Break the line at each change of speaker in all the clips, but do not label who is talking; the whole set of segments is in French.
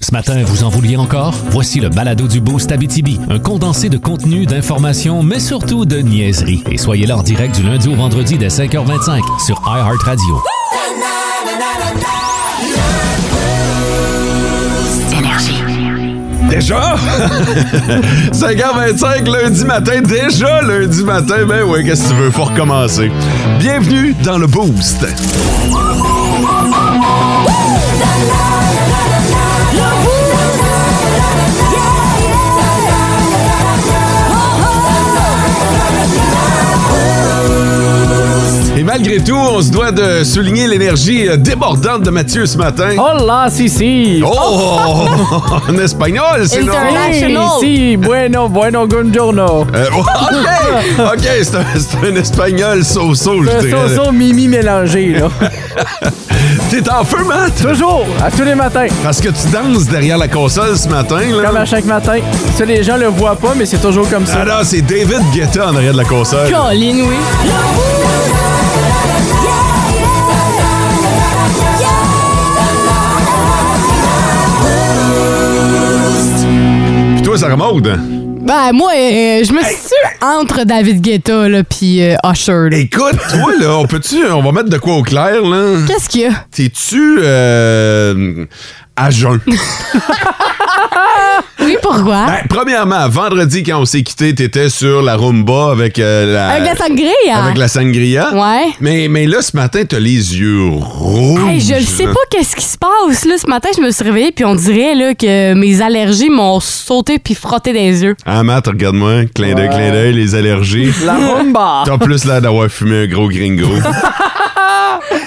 Ce matin, vous en vouliez encore? Voici le balado du Boost Abitibi, un condensé de contenu, d'informations, mais surtout de niaiseries. Et soyez là en direct du lundi au vendredi dès 5h25 sur iHeartRadio.
Déjà? 5h25, lundi matin, déjà lundi matin, ben oui, qu'est-ce que tu veux, faut recommencer. Bienvenue dans le Boost. Et malgré tout, on se doit de souligner l'énergie euh, débordante de Mathieu ce matin.
Hola, sí, sí.
Oh! en espagnol, c'est long.
International.
Sí, sí, bueno, bueno, buongiorno.
Euh, OK! OK, c'est un, c'est un espagnol so-so, je
Le
dirais.
so mimi mélangé, là.
T'es en feu, Matt?
Toujours, à tous les matins.
Parce que tu danses derrière la console ce matin, là.
Comme à chaque matin. Ça, les gens le voient pas, mais c'est toujours comme ça.
Ah non, c'est David Guetta en arrière de la console.
Colin, oui.
Puis toi, Sarah Maud.
Ben, moi, euh, je me situe entre David Guetta là, puis euh, Usher. là.
Écoute, toi, là, on peut-tu. On va mettre de quoi au clair, là?
Qu'est-ce qu'il y a?
T'es-tu. Euh, à jeun?
Oui, pourquoi?
Ben, premièrement, vendredi, quand on s'est quitté, t'étais sur la rumba avec euh, la.
Avec la sangria.
Avec la sangria.
hein? Ouais.
Mais, mais là, ce matin, t'as les yeux rouges.
Hey, je ne sais pas qu'est-ce qui se passe. Là, ce matin, je me suis réveillée puis on dirait là, que mes allergies m'ont sauté puis frotté des yeux.
Ah, Matt, regarde-moi. Clin d'œil, clin d'œil, les allergies.
La rumba.
T'as plus l'air d'avoir fumé un gros gringo.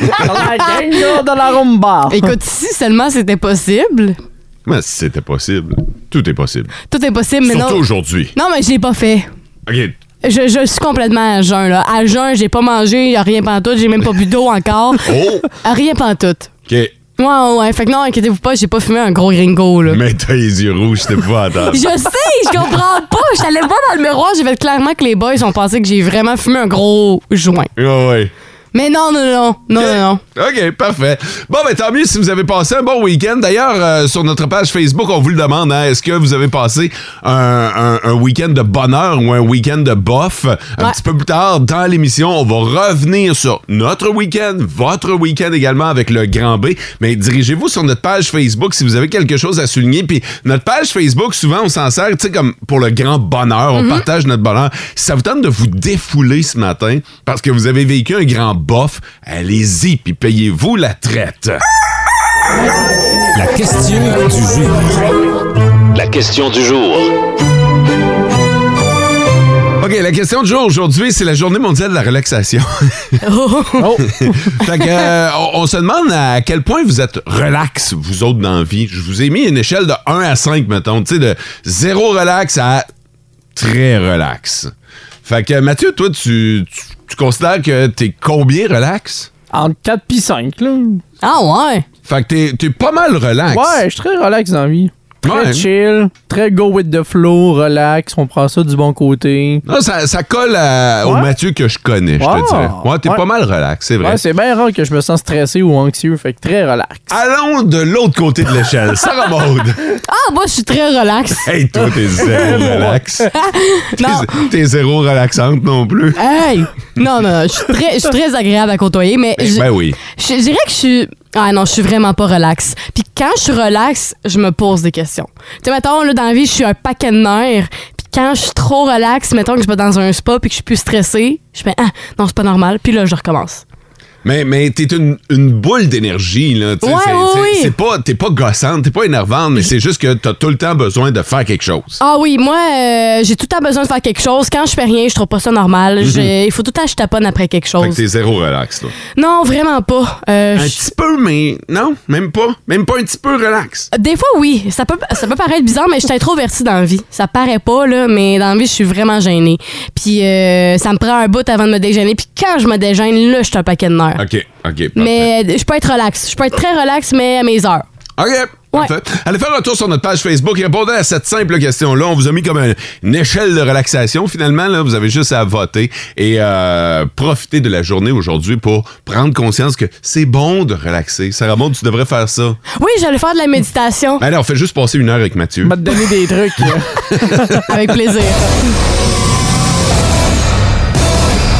la gang là, de la rumba.
Écoute, si seulement c'était possible.
Mais si c'était possible, tout est possible.
Tout est possible, mais
Surtout
non.
aujourd'hui.
Non, mais je l'ai pas fait.
OK.
Je, je suis complètement à jeun, là. À jeun, j'ai pas mangé, rien pantoute, j'ai même pas bu d'eau encore.
Oh!
Rien pantoute.
OK.
Ouais, ouais, ouais. Fait que non, inquiétez-vous pas, j'ai pas fumé un gros gringo, là.
Mais t'as les yeux rouges, c'était pas
Je sais, je comprends pas. J'allais voir dans le miroir, j'ai fait clairement que les boys ont pensé que j'ai vraiment fumé un gros joint.
Ouais, ouais.
Mais non, non, non, non, non, non.
OK, parfait. Bon, ben tant mieux si vous avez passé un bon week-end. D'ailleurs, euh, sur notre page Facebook, on vous le demande, hein, est-ce que vous avez passé un, un- un week-end de bonheur ou un week-end de bof? Un
Ouais.
petit peu plus tard, dans l'émission, on va revenir sur notre week-end, votre week-end également avec le Grand B. Mais dirigez-vous sur notre page Facebook si vous avez quelque chose à souligner. Puis notre page Facebook, souvent, on s'en sert, tu sais, comme pour le grand bonheur. On partage notre bonheur. Si ça vous tente de vous défouler ce matin parce que vous avez vécu un grand bof, allez-y, puis payez-vous la traite.
La question du jour.
La question du jour.
OK, la question du jour aujourd'hui, c'est la journée mondiale de la relaxation.
Oh,
Fait que, euh, on, on se demande à quel point vous êtes relax, vous autres, dans la vie. Je vous ai mis une échelle de 1 à 5, mettons. Tu sais, de zéro relax à très relax. Fait que, Mathieu, toi, tu, tu, tu considères que t'es combien relax?
entre 4 pis 5, là.
Ah ouais.
Fait que t'es- t'es pas mal relax.
Ouais, je suis très relax dans la vie. Très
Ouais.
chill, très go with the flow, relax, on prend ça du bon côté.
Non, ça, ça colle à- au
Ouais.
Mathieu que je connais, je te
Wow.
dirais. Ouais, t'es
Ouais.
pas mal relax, c'est vrai.
Ouais, c'est bien rare que je me sens stressé ou anxieux, fait que très relax.
Allons de l'autre côté de l'échelle. Sarah Maud.
Ah, moi, je suis très relax.
Hey, toi, t'es zéro relax.
Non.
T'es- T'es zéro relaxante non plus.
Hey! Non, non, non, je suis très, je suis très agréable à côtoyer, mais je,
Ben oui.
je dirais que je suis. Ah non, je suis vraiment pas relax. Puis quand je suis relax, je me pose des questions. Tu sais, mettons, là, dans la vie, je suis un paquet de nerfs. Puis quand je suis trop relax, mettons que je vais dans un spa puis que je suis plus stressée, je fais Ah, non, c'est pas normal. Puis là, je recommence.
Mais, mais t'es une, une boule d'énergie, là. tu sais,
Ouais,
c'est-
ouais,
c'est-
oui.
c'est pas, t'es pas gossante, t'es pas énervante, mais c'est juste que t'as tout le temps besoin de faire quelque chose.
Ah oui, moi, euh, j'ai tout le temps besoin de faire quelque chose. Quand je fais rien, je trouve pas ça normal. J'ai- Il faut tout le temps que je taponne après quelque
Mhm. Fait que
chose.
t'es zéro relax, là.
Non, vraiment pas. Euh,
Un
Ah, oh. je-
petit peu, mais non, même pas. Même pas un petit peu relax.
Des fois, oui. Ça peut, ça peut paraître bizarre, mais je suis introvertie dans la vie. Ça paraît pas, là, mais dans la vie, je suis vraiment gênée. Puis euh, ça me prend un bout avant de me dégêner. Puis quand je me dégêne, là, je suis un paquet de nerfs. euh,
OK, OK. parfait.
Mais je peux être relax. Je peux être très relax, mais à mes heures.
OK. Parfait. Allez faire un tour sur notre page Facebook. Répondez à cette simple question-là. On vous a mis comme un- une échelle de relaxation. Finalement, là, vous avez juste à voter et euh, profiter de la journée aujourd'hui pour prendre conscience que c'est bon de relaxer. Sarah Maud, tu devrais faire ça.
Oui, j'allais faire de la méditation.
Ben là, on fait juste passer une heure avec Mathieu.
m'a donné des trucs. là.
Avec plaisir.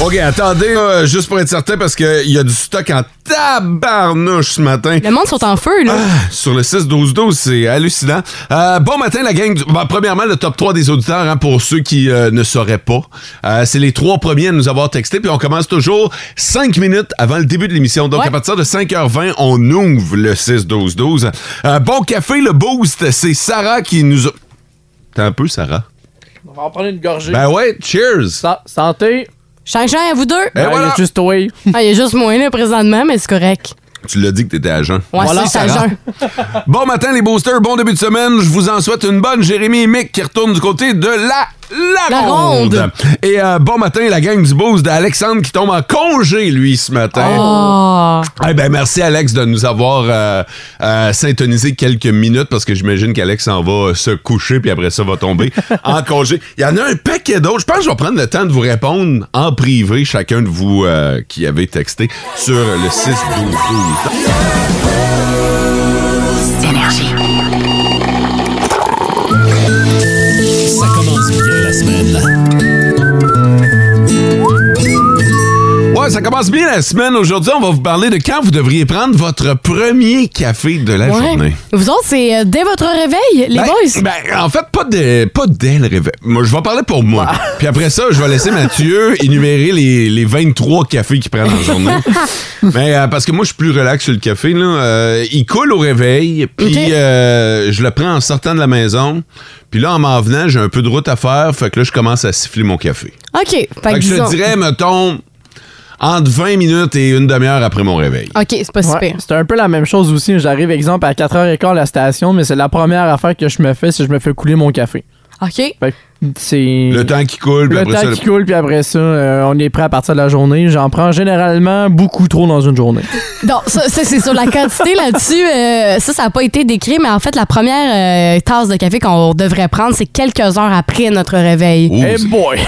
OK, attendez, là, juste pour être certain, parce qu'il y a du stock en tabarnouche ce matin.
Le monde sont en feu, là.
Sur le 6-12-12, c'est hallucinant. Euh, bon matin, la gang. Du... ben, premièrement, le top 3 des auditeurs, hein, pour ceux qui euh, ne sauraient pas. Euh, c'est les trois premiers à nous avoir texté. Puis on commence toujours 5 minutes avant le début de l'émission. Donc,
Ouais.
à partir de 5h20, on ouvre le 6-12-12. Euh, bon café, le boost. C'est Sarah qui nous a... T'es un peu, Sarah?
On va en prendre une gorgée.
Ben ouais, cheers!
Sa- santé.
Changez à vous deux.
Eh,
Ben,
voilà.
il y a juste toi.
Ah, il y a juste moi, là, présentement, mais c'est correct.
Tu l'as dit que t'étais à jeun.
Ouais,
Voilà,
c'est ça,
Sarah.
jeun.
Bon matin, les boosters. Bon début de semaine. Je vous en souhaite une bonne. Jérémy et Mick qui retournent du côté de la.
La
La, ronde.
ronde.
Et euh, bon matin, la gang du boost d'Alexandre qui tombe en congé, lui, ce matin.
Oh.
Eh ben, merci, Alex, de nous avoir euh, euh, syntonisé quelques minutes parce que j'imagine qu'Alex en va euh, se coucher puis après ça va tomber en congé. Il y en a un paquet d'autres. Je pense que je vais prendre le temps de vous répondre en privé, chacun de vous euh, qui avez texté sur le 6 12 12.
Ça commence bien la semaine.
Ouais, ça commence bien la semaine. Aujourd'hui, on va vous parler de quand vous devriez prendre votre premier café de la
Ouais.
journée.
Vous autres, c'est euh, dès votre réveil, les
Ben,
boys.
ben, en fait, pas, de, pas dès le réveil. Moi, je vais parler pour moi.
Ah.
Puis après ça, je vais laisser Mathieu énumérer les, les 23 cafés qu'il prend dans la journée. Mais euh, parce que moi, je suis plus relax sur le café. Là. Euh, il coule au réveil, puis
Ok.
euh, je le prends en sortant de la maison. Puis là, en m'en venant, j'ai un peu de route à faire. Fait que là, je commence à siffler mon café.
OK. Fait que
ben, Fait que je
disons-
te dirais, mettons, entre 20 minutes et une demi-heure après mon réveil.
OK, c'est pas
Ouais,
super.
c'est un peu la même chose aussi. J'arrive, exemple, à 4h15 à la station, mais c'est la première affaire que je me fais, c'est que je me fais couler mon café.
OK.
Fait que c'est.
Le temps qui coule, puis
Le
après
temps
ça, le-
qui coule, puis après ça, euh, on est prêt à partir de la journée. J'en prends généralement beaucoup trop dans une journée.
Non, ça, ça, c'est sur la quantité là-dessus. euh, ça, ça n'a pas été décrit, mais en fait, la première euh, tasse de café qu'on devrait prendre, c'est quelques heures après notre réveil.
Ouh,
Eh
c'est-
boy!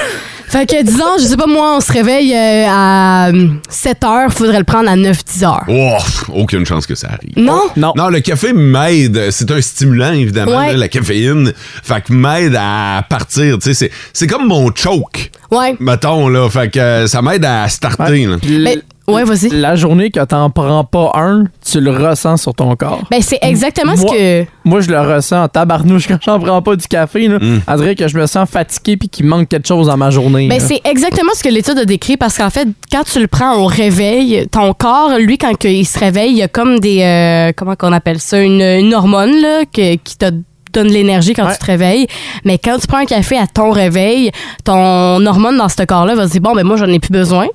Fait que, disons, je sais pas, moi, on se réveille euh, à 7 heures, faudrait le prendre à 9-10 heures.
Oh, pff, aucune chance que ça arrive.
Non?
Non.
Non, le café m'aide. C'est un stimulant, évidemment,
Ouais.
là, la caféine. Fait que m'aide à partir. tu sais, C'est c'est comme mon choke,
Ouais.
mettons. Là. Fait que euh, ça m'aide à starter. là.
Puis
Mais,
l-
Ben, ouais, vas-y.
La journée que t'en prends pas un, tu le ressens sur ton corps.
Ben, c'est exactement
Moi-
ce que.
Moi, je le ressens en tabarnouche quand j'en prends pas du café. Là.
Hmm.
On dirait que je me sens fatigué puis qu'il manque quelque chose dans ma journée.
Ben,
là.
c'est exactement ce que l'étude a décrit parce qu'en fait, quand tu le prends au réveil, ton corps, lui, quand que il se réveille, il y a comme des. euh, comment qu'on appelle ça? Une, une hormone là, que- qui te donne l'énergie quand
Ouais.
tu te réveilles. Mais quand tu prends un café à ton réveil, ton hormone dans ce corps-là va se dire Bon, ben moi, j'en ai plus besoin.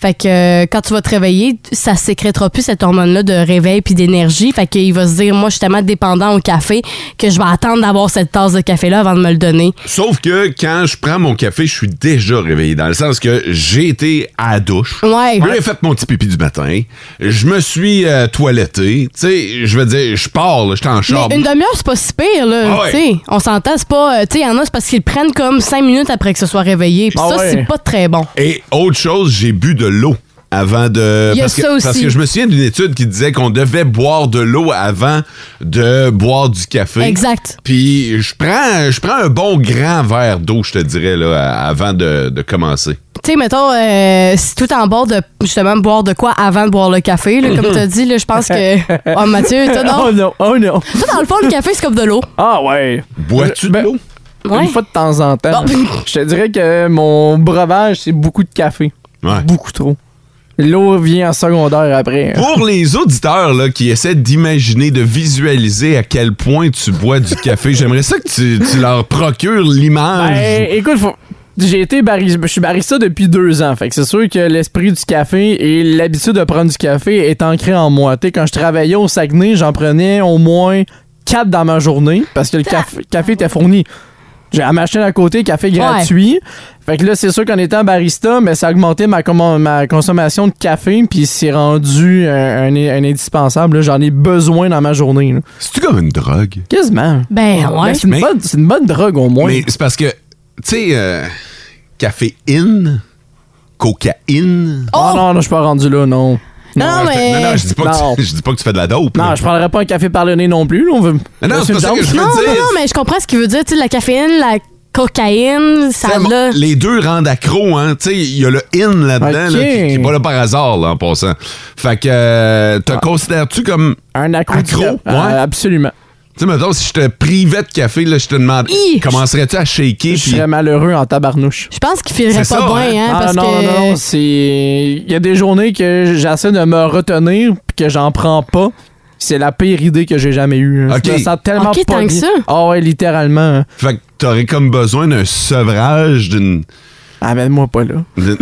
Fait que euh, quand tu vas te réveiller, ça sécrétera plus cette hormone-là de réveil puis d'énergie. Fait qu'il va se dire Moi, je suis tellement dépendant au café que je vais attendre d'avoir cette tasse de café-là avant de me le donner.
Sauf que quand je prends mon café, je suis déjà réveillé. Dans le sens que j'ai été à la douche.
Ouais.
J'ai fait mon petit pipi du matin. Je me suis euh, toiletté. Tu sais, je veux dire, je pars, là, j'étais en
Mais
chambre.
une demi-heure, c'est pas si pire, là.
Ah ouais.
Tu sais, On s'entend, c'est pas. euh, tu sais, il y en a, c'est parce qu'ils le prennent comme cinq minutes après que ce soit réveillé. Puis
Ah
ça,
ouais.
c'est pas très bon.
Et autre chose, j'ai bu de l'eau avant de.
Il y a
parce, que,
ça aussi.
parce que je me souviens d'une étude qui disait qu'on devait boire de l'eau avant de boire du café.
Exact.
Puis je prends, je prends un bon grand verre d'eau, je te dirais, là, à- avant de, de commencer.
Tu sais, mettons, euh, si tout en bord de justement boire de quoi avant de boire le café, là, comme tu as dit, là, je pense que. Oh, Mathieu, toi,
Oh
non.
non, oh non!
Toi, dans le fond, le café, c'est comme de l'eau.
Ah ouais!
Bois-tu
Ben,
de l'eau?
Ouais.
Une fois de temps en temps.
Bon.
Je te dirais que mon breuvage, c'est beaucoup de café.
Ouais.
Beaucoup trop. L'eau vient en secondaire après.
Pour les auditeurs là, qui essaient d'imaginer, de visualiser à quel point tu bois du café, j'aimerais ça que tu, tu leur procures l'image.
Ben, écoute, faut- j'ai été barista, je suis barista depuis deux ans. Fait que c'est sûr que l'esprit du café et l'habitude de prendre du café est ancré en moi. Tu sais, quand je travaillais au Saguenay, j'en prenais au moins quatre dans ma journée parce que le caf- café était fourni. J'ai à ma chaîne à côté, café gratuit. Fait que là, c'est sûr qu'en étant barista, mais ça a augmenté ma, commo- ma consommation de café, puis c'est rendu un, un- un indispensable. là. J'en ai besoin dans ma journée. là.
C'est-tu comme une drogue?
Quasiment.
Ben ouais.
Ben, c'est, une
Mais-
bonne, c'est une bonne drogue, au moins.
Mais c'est parce que, tu sais, euh, caféine, cocaïne.
Ah non, non, je suis pas rendu là, non.
Oh! non, mais.
Non, non, je dis, pas
Non.
Que tu, je dis pas que tu fais de la dope.
Non,
là.
je prendrais pas un café par le nez non plus. là. On veut...
non,
Là,
c'est pas ça
une
que
joke.
je veux
non,
dire.
non, non, mais je comprends ce qu'il veut dire. Tu sais, la caféine, la cocaïne, ça
Sam,
l'a.
Les deux rendent accro, hein. Tu sais, il y a le in là-dedans,
Ok.
là, qui, qui est pas là par hasard, là, en passant. Fait que, euh,
Ah.
te considères-tu comme.
Un accro.
Accro,
direct.
ouais.
Euh, absolument.
Tu sais, mettons, si je te privais de café, là, je te demande.
Hi!
Commencerais-tu à shaker?
Je
puis-
serais malheureux en tabarnouche.
Je pense qu'il filerait pas
C'est ça,
bien, hein,
Ah
parce
non,
que.
non, non, c'est. Il y a des journées que j'essaie de me retenir puis que j'en prends pas. C'est la pire idée que j'ai jamais eue. hein.
Ok.
Je me sens tellement
Ok,
pas
tant que
bien.
ça.
Ah ouais, littéralement. hein.
Fait que t'aurais comme besoin d'un sevrage d'une.
Amène-moi pas là.
d'une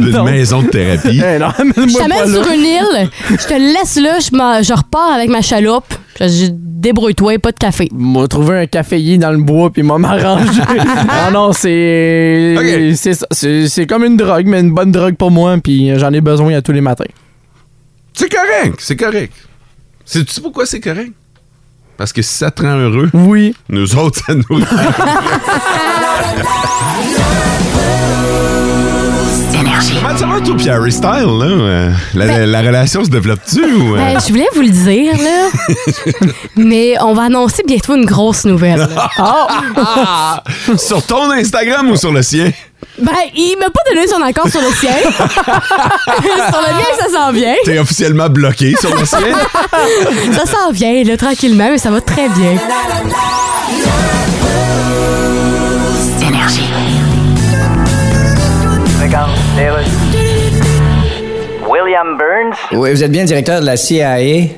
d'une
Non.
maison de thérapie.
Eh non, amène-moi
Je
pas
t'amène
là.
sur une île, je te laisse là, je, m'en- je repars avec ma chaloupe. Je, je- débrouille-toi, pas de café.
M'a trouvé un caféier dans le bois puis m'a m'arrangé. ah non, c'est.
Ok.
c'est ça. C'est c'est comme une drogue, mais une bonne drogue pour moi puis j'en ai besoin à tous les matins.
C'est correct, c'est correct. Sais-tu pourquoi c'est correct? Parce que si ça te rend heureux,
Oui.
nous autres, ça nous Comment ça va, toi, puis Harry Styles, là? Euh, La, la relation se développe-tu ou. euh?
Ben, je voulais vous le dire, là. Mais on va annoncer bientôt une grosse nouvelle. là.
Ah! sur ton Instagram ou sur le sien?
Ben, il m'a pas donné son accord sur le sien. sur le mien, ça s'en vient.
T'es officiellement bloqué sur le sien?
Ça s'en vient, là, tranquillement, mais ça va très bien.
William Burns?
Oui, vous êtes bien directeur de la CIA.
Yes.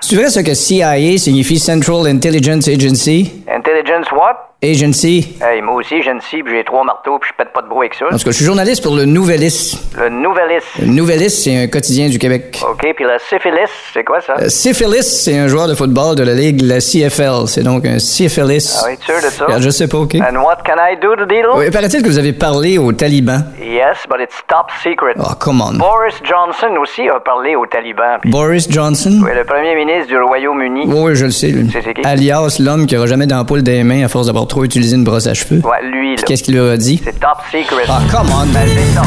C'est vrai ce que CIA signifie Central Intelligence Agency?
Intelligence what?
Agency.
Hey, moi aussi, j'ai une scie, puis j'ai trois marteaux, puis je pète pas de bruit avec ça.
En tout cas, je suis journaliste pour le Nouvelliste.
Le nouveliste.
Le Nouvelliste, c'est un quotidien du Québec.
OK, puis la syphilis, c'est quoi ça?
Euh, Syphilis, c'est un joueur de football de la ligue, la CFL. C'est donc un syphilis.
Ah oui, tu es sûr de ça? Ah,
Regarde, je sais pas, OK?
And what can I do to deal?
Oui, paraît-il que vous avez parlé aux talibans.
Yes, but it's top secret.
Oh, come on.
Boris Johnson aussi a parlé aux talibans. puis-
Boris Johnson?
Oui, le premier ministre du Royaume-Uni.
Oui, oui, je le sais, lui.
C'est- c'est qui?
Alias, l'homme qui aura jamais d'ampoule des mains à force d'avoir trop utilisé une brosse à cheveux.
Ouais, lui, là.
Puis Qu'est-ce qu'il leur a dit?
C'est top secret.
Ah, come on, man.
Ben, c'est ça.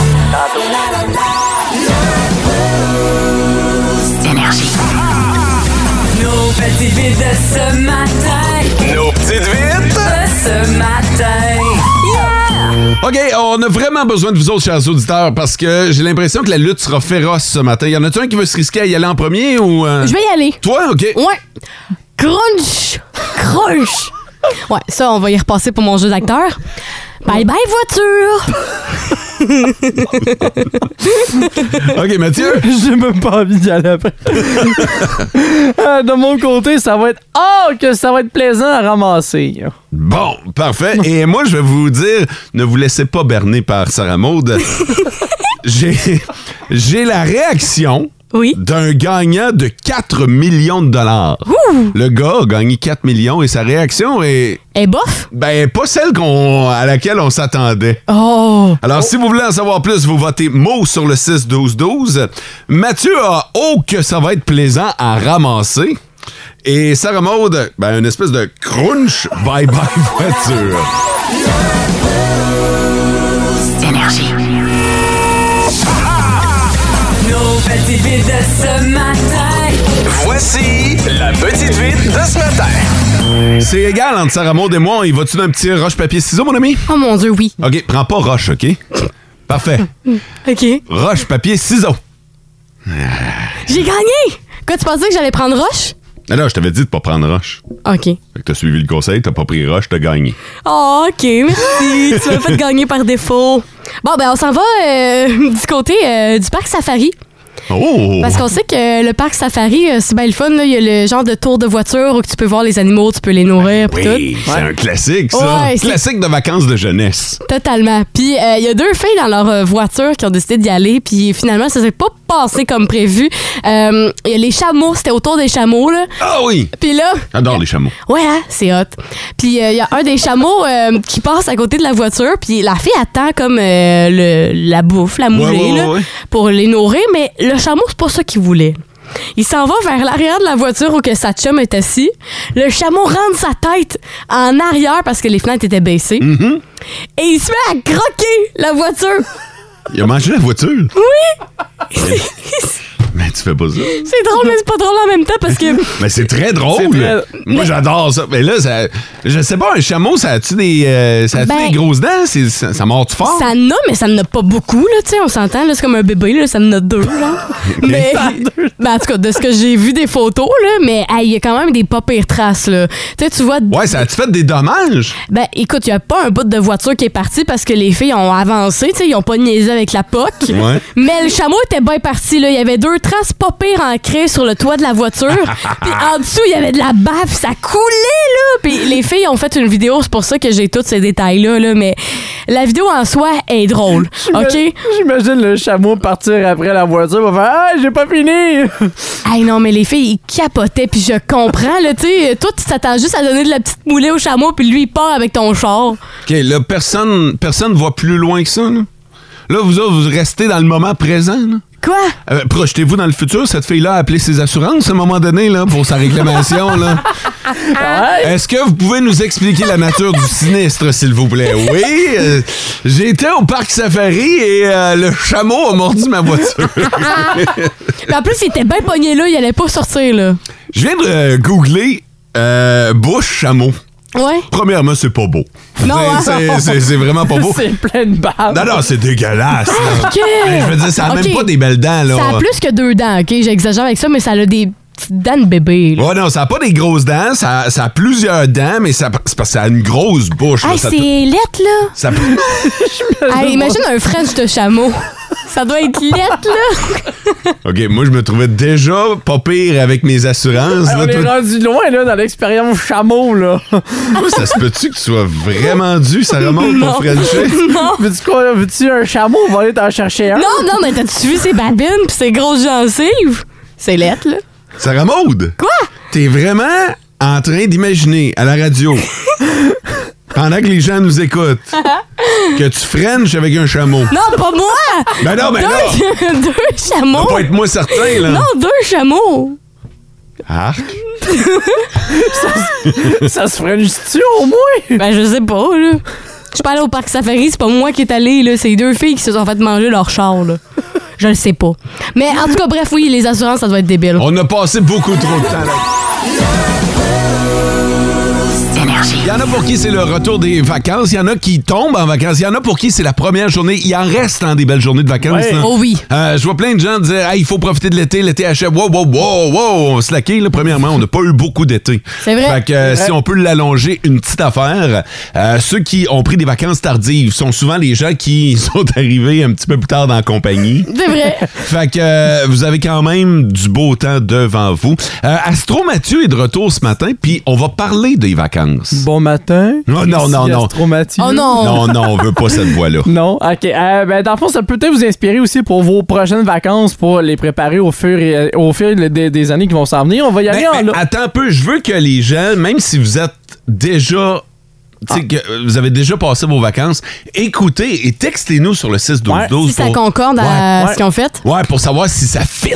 Tantôt.
Nos petites vites de ce matin.
Nos petites vites!
De ce matin. Yeah!
OK, on a vraiment besoin de vous autres, chers auditeurs, parce que j'ai l'impression que la lutte sera féroce ce matin. Y en a-tu un qui veut se risquer à y aller en premier ou. euh,
Je vais y aller.
Toi, OK.
Ouais. Crunch! Crunch! Ouais, ça, on va y repasser pour mon jeu d'acteur. Bye bye, voiture!
OK, Mathieu.
J'ai même pas envie d'y aller après. Euh, de mon côté, ça va être. Oh, que ça va être plaisant à ramasser.
Bon, parfait. Et moi, je vais vous dire, ne vous laissez pas berner par Sarah Maud. J'ai j'ai la réaction
Oui.
d'un gagnant de 4 millions de dollars. Le gars a gagné 4 millions et sa réaction est
Et bof!
ben pas celle qu'on à laquelle on s'attendait.
Oh!
Alors, si vous voulez en savoir plus, vous votez mot sur le 6-12-12. Mathieu a oh que ça va être plaisant à ramasser. Et Sarah Maud, ben, une espèce de crunch bye-bye voiture.
Nos petites vites de ce matin.
Voici la petite vite de ce matin.
C'est égal entre Sarah Maud et moi. Il va-tu d'un petit roche-papier-ciseaux, mon ami?
Oh mon dieu, oui.
OK, prends pas roche, OK? Parfait.
OK.
Roche-papier-ciseaux.
J'ai gagné! Quoi, tu pensais que j'allais prendre Roche?
Ah là, je t'avais dit de pas prendre roche.
OK.
Fait que t'as suivi le conseil, t'as pas pris roche, t'as gagné.
Oh, OK, merci. tu m'as fait gagner par défaut. Bon, ben, on s'en va euh, du côté euh, du parc Safari.
Oh!
Parce qu'on sait que le parc Safari, euh, c'est bien le fun. là. Il y a le genre de tour de voiture où que tu peux voir les animaux, tu peux les nourrir. pis tout.
Oui, c'est un classique, ça.
Ouais, c'est-
classique de vacances de jeunesse.
Totalement. Puis euh, il y a deux filles dans leur euh, voiture qui ont décidé d'y aller. Puis finalement, ça s'est pas passé comme prévu. Euh, il y a les chameaux, c'était autour des chameaux, là.
Ah oui!
Puis là,
J'adore les chameaux.
Ouais, hein, c'est hot. Puis euh, il y a un des chameaux euh, qui passe à côté de la voiture, puis la fille attend comme euh, le, la bouffe, la moulée,
ouais,
là,
ouais.
pour les nourrir, mais le chameau, c'est pas ça qu'il voulait. Il s'en va vers l'arrière de la voiture où que sa chum est assis. Le chameau rentre sa tête en arrière parce que les fenêtres étaient baissées.
Mm-hmm.
Et il se met à croquer la voiture.
Il a mangé la voiture.
Oui!
Mais tu fais pas ça.
C'est drôle, mais c'est pas drôle en même temps parce que...
Mais c'est très drôle.
très-
Moi, j'adore ça. Mais là, ça, je sais pas, un chameau, ça a-tu des, euh, ça a-tu
Ben-
des grosses dents? C'est- Ça, ça mord-tu fort?
Ça en a, mais ça en a pas beaucoup, là, tu sais, on s'entend, là, c'est comme un bébé, là, ça en a deux, là. mais, ben, en tout cas, de ce que j'ai vu des photos, là, mais, hey, il y a quand même des pas pires traces, là. Tu sais, tu vois,
Ouais, ça a-tu fait des dommages?
ben, écoute, il y a pas un bout de voiture qui est parti parce que les filles ont avancé, tu sais, ils ont pas niaisé avec la POC.
Ouais.
Mais le chameau était bien parti, là. Il y avait deux traces pas pires ancrées sur le toit de la voiture. Puis en dessous, il y avait de la baffe, ça coulait, là. Puis les filles ont fait une vidéo, c'est pour ça que j'ai tous ces détails-là, là. Mais la vidéo en soi est drôle. OK?
J'imagine le chameau partir après la voiture, va faire Ah, j'ai pas fini!
Hey, non, mais les filles, ils capotaient, puis je comprends, là. Tu sais, toi, tu t'attends juste à donner de la petite moulée au chameau, puis lui, il part avec ton char.
OK, là, personne personne va plus loin que ça. Là, là vous autres, vous restez dans le moment présent. là.
Quoi?
Euh, Projetez-vous dans le futur. Cette fille-là a appelé ses assurances à un moment donné là, pour sa réclamation. là. Est-ce que vous pouvez nous expliquer la nature du sinistre, s'il vous plaît? Oui. euh, J'étais au parc safari et euh, le chameau a mordu ma voiture.
Puis en plus, il était bien pogné, là. Il allait pas sortir, là.
Je viens de euh, googler euh, bouche chameau.
Ouais?
Premièrement, c'est pas beau.
Non, hein?
C'est- c'est- c'est c'est vraiment pas beau.
C'est plein de barres.
Non, non, c'est dégueulasse. là.
OK!
Hey, je veux dire, ça a
Ok.
même pas des belles dents, là.
Ça a plus que deux dents, OK? J'exagère avec ça, mais ça a des petites dents de bébé. là.
Ouais, non, ça a pas des grosses dents, ça a, ça a plusieurs dents, mais ça, c'est parce que ça a une grosse bouche. là,
Hey,
ça-
Ah, c'est lettre, là!
ça-
Hey, imagine un French de chameau. Ça doit être lettre, là!
OK, moi, je me trouvais déjà pas pire avec mes assurances.
Ah, On
là,
est
toi-
rendu loin là, dans l'expérience chameau. là.
toi, ça se peut-tu que tu sois vraiment dû, ça remonte
Non.
pour Frenchie?
Non!
Veux-tu quoi? Veux-tu un chameau? On va aller t'en chercher un.
Oh. Non, non, mais t'as-tu vu ses babines pis ses grosses gencives? C'est lettre, là!
Sarah Maud! Quoi? T'es vraiment en train d'imaginer à la radio, pendant que les gens nous écoutent, que tu French avec un chameau.
Non, pas moi!
Ben non, ben non! Ça
deux, deux
va
chameaux!
pas être moi certain, là! Ah.
Non, deux chameaux!
Arc!
Ça se ferait tu au moins?
Ben, je sais pas, là. Je suis pas allée au parc safari, c'est pas moi qui est allée, là. C'est les deux filles qui se sont fait manger leur char, là. Je le sais pas. Mais en tout cas, bref, oui, les assurances, ça doit être débile.
On a passé beaucoup trop de temps là. Il y en a pour qui c'est le retour des vacances, il y en a qui tombent en vacances, il y en a pour qui c'est la première journée. Il en reste hein, des belles journées de vacances.
Ouais.
là.
Oh oui.
Euh, je vois plein de gens dire hey, il faut profiter de l'été, l'été achève. Wow, wow, wow, wow. On se laquait, là, premièrement, on n'a pas eu beaucoup d'été.
C'est vrai.
Fait que euh,
C'est vrai.
si on peut l'allonger une petite affaire, euh, ceux qui ont pris des vacances tardives sont souvent les gens qui sont arrivés un petit peu plus tard dans la compagnie.
C'est vrai.
Fait que euh, vous avez quand même du beau temps devant vous. Euh, Astro Mathieu est de retour ce matin, puis on va parler des vacances.
Bon matin.
Non, non, non,
Merci,
non.
Astro Mathieu.
Oh non.
Non, non, on veut pas cette voix-là.
Non, ok. Euh, ben, dans le fond, ça peut peut-être vous inspirer aussi pour vos prochaines vacances, pour les préparer au fur et euh, au fil des, des années qui vont s'en venir. On va y aller
Ben,
en
ben,
là.
attends un peu, je veux que les gens, même si vous êtes déjà. tu
Ah.
sais, que euh, vous avez déjà passé vos vacances, écoutez et textez-nous sur le 6 12 12
Si ça concorde à
Ouais, ouais.
ce qu'on fait.
Ouais, pour savoir si ça fit.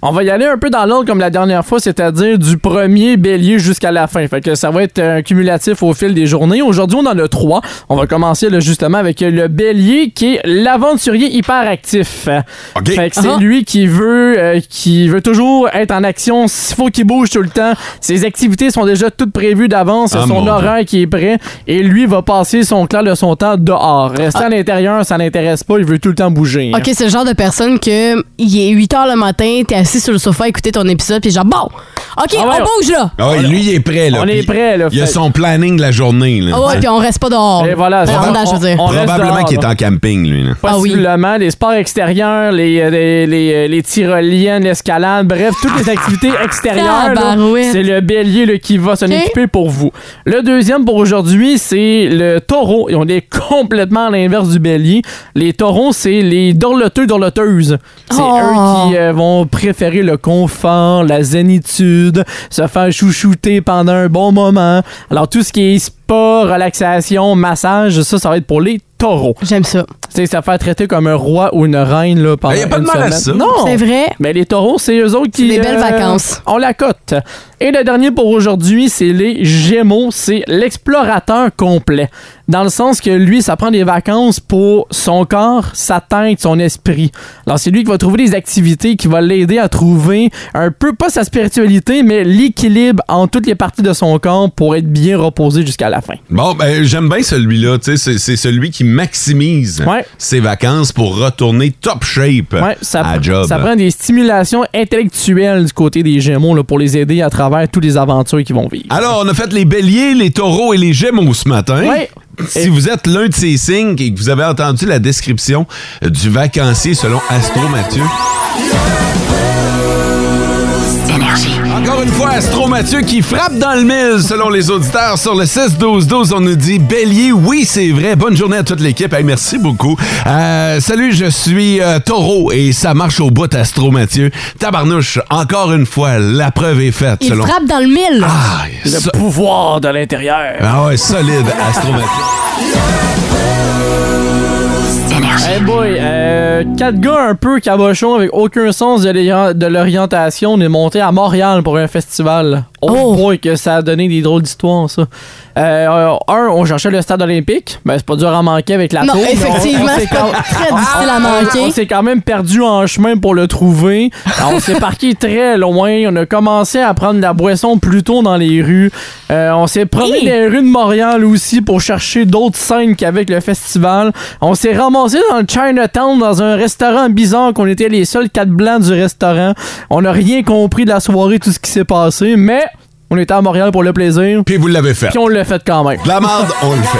On va y aller un peu dans l'ordre comme la dernière fois, c'est-à-dire du premier bélier jusqu'à la fin. Fait que ça va être euh, cumulatif au fil des journées. Aujourd'hui, on en a trois. On va commencer là, justement avec le bélier qui est l'aventurier hyperactif.
OK.
Fait que c'est
Ah.
lui qui veut, euh, qui veut toujours être en action. S'il faut qu'il bouge tout le temps. Ses activités sont déjà toutes prévues d'avance.
Ah, mon
son
Dieu.
horaire qui est prêt. Et lui va passer son clair de son temps dehors. Rester
Ah.
à l'intérieur, ça l'intéresse pas. Il veut tout le temps bouger.
OK, c'est le genre de personne que il est 8 h le matin, t'es assis sur le sofa à écouter ton épisode, puis genre, bon, OK,
Ah ouais,
on
on-
bouge là.
Ah ouais, lui, il est prêt, là.
On est
Puis
prêt, là,
Il a
fait-
son planning de la journée, là.
Ah ouais,
Ouais.
puis on reste pas dehors.
Et voilà,
Dans
c'est-
le rondage, je veux dire.
on- reste
Probablement
dehors,
qu'il est
là.
en camping, lui, là.
Ah oui.
Possiblement, les sports extérieurs, les, euh, les, les, les tyroliennes, l'escalade, bref, toutes les activités extérieures. là,
Ah. Tabarouette.
C'est le bélier là, qui va s'en
Ok.
occuper pour vous. Le deuxième pour aujourd'hui, c'est le taureau. Et on est complètement à l'inverse du bélier. Les taureaux, c'est les dorloteux, dorloteuses. C'est
Oh.
eux qui euh, vont préférer le confort, la zénitude, se faire chouchouter pendant un bon moment. Alors, tout ce qui est spa, relaxation, massage, ça, ça va être pour les taureaux.
J'aime ça.
Tu sais, ça fait traiter comme un roi ou une reine là, pendant
Ben, y a pas de
une
mal à
semaine.
ça.
Non!
C'est vrai.
Mais les taureaux, c'est eux autres qui.
des belles vacances.
On la cote. Et le dernier pour aujourd'hui, c'est les Gémeaux. C'est l'explorateur complet. Dans le sens que lui, ça prend des vacances pour son corps, sa tête, son esprit. Alors, c'est lui qui va trouver des activités qui va l'aider à trouver un peu, pas sa spiritualité, mais l'équilibre en toutes les parties de son corps pour être bien reposé jusqu'à la fin.
Bon, ben, j'aime bien celui-là. tu sais, C'est c'est celui qui maximise
Ouais.
ses vacances pour retourner top shape
Ouais, ça,
à
pr-
job.
ça prend des stimulations intellectuelles du côté des Gémeaux là, pour les aider à travers toutes les aventures qu'ils vont vivre.
Alors, on a fait les béliers, les taureaux et les gémeaux ce matin.
Ouais.
Si
Et-
vous êtes l'un de ces signes et que vous avez entendu la description du vacancier selon Astro Mathieu. Encore une fois, Astro Mathieu qui frappe dans le mille selon les auditeurs sur le 6-12-12. On nous dit Bélier, oui, c'est vrai. Bonne journée à toute l'équipe. Hey, merci beaucoup. Euh, salut, je suis euh, Taureau et ça marche au bout, Astro Mathieu. Tabarnouche, encore une fois, la preuve est faite
Il
selon.
frappe dans le mille.
Ah,
Le
ça-
pouvoir de l'intérieur.
ah ouais, solide, Astro Mathieu.
Hey boy, euh, quatre gars un peu cabochons avec aucun sens de l'ori- de l'orientation, on est monté à Montréal pour un festival. Oh,
Oh.
boy, que ça a donné des drôles d'histoires, ça. Euh, un, on cherchait le stade olympique. Ben, c'est pas dur à manquer avec la
Non,
tour.
effectivement,
On- on s'est
c'est pas
quand- Ah,
très difficile à manquer.
On s'est quand même perdu en chemin pour le trouver. Alors, on s'est parqué très loin. On a commencé à prendre de la boisson plus tôt dans les rues. Euh, on s'est promené
Hey.
dans les rues de Montréal aussi pour chercher d'autres scènes qu'avec le festival. On s'est ramassé dans le Chinatown dans un restaurant bizarre qu'on était les seuls quatre blancs du restaurant. On n'a rien compris de la soirée, tout ce qui s'est passé, mais on était à Montréal pour le plaisir.
Puis vous l'avez fait.
Puis on l'a fait quand même.
De la merde, on le fait.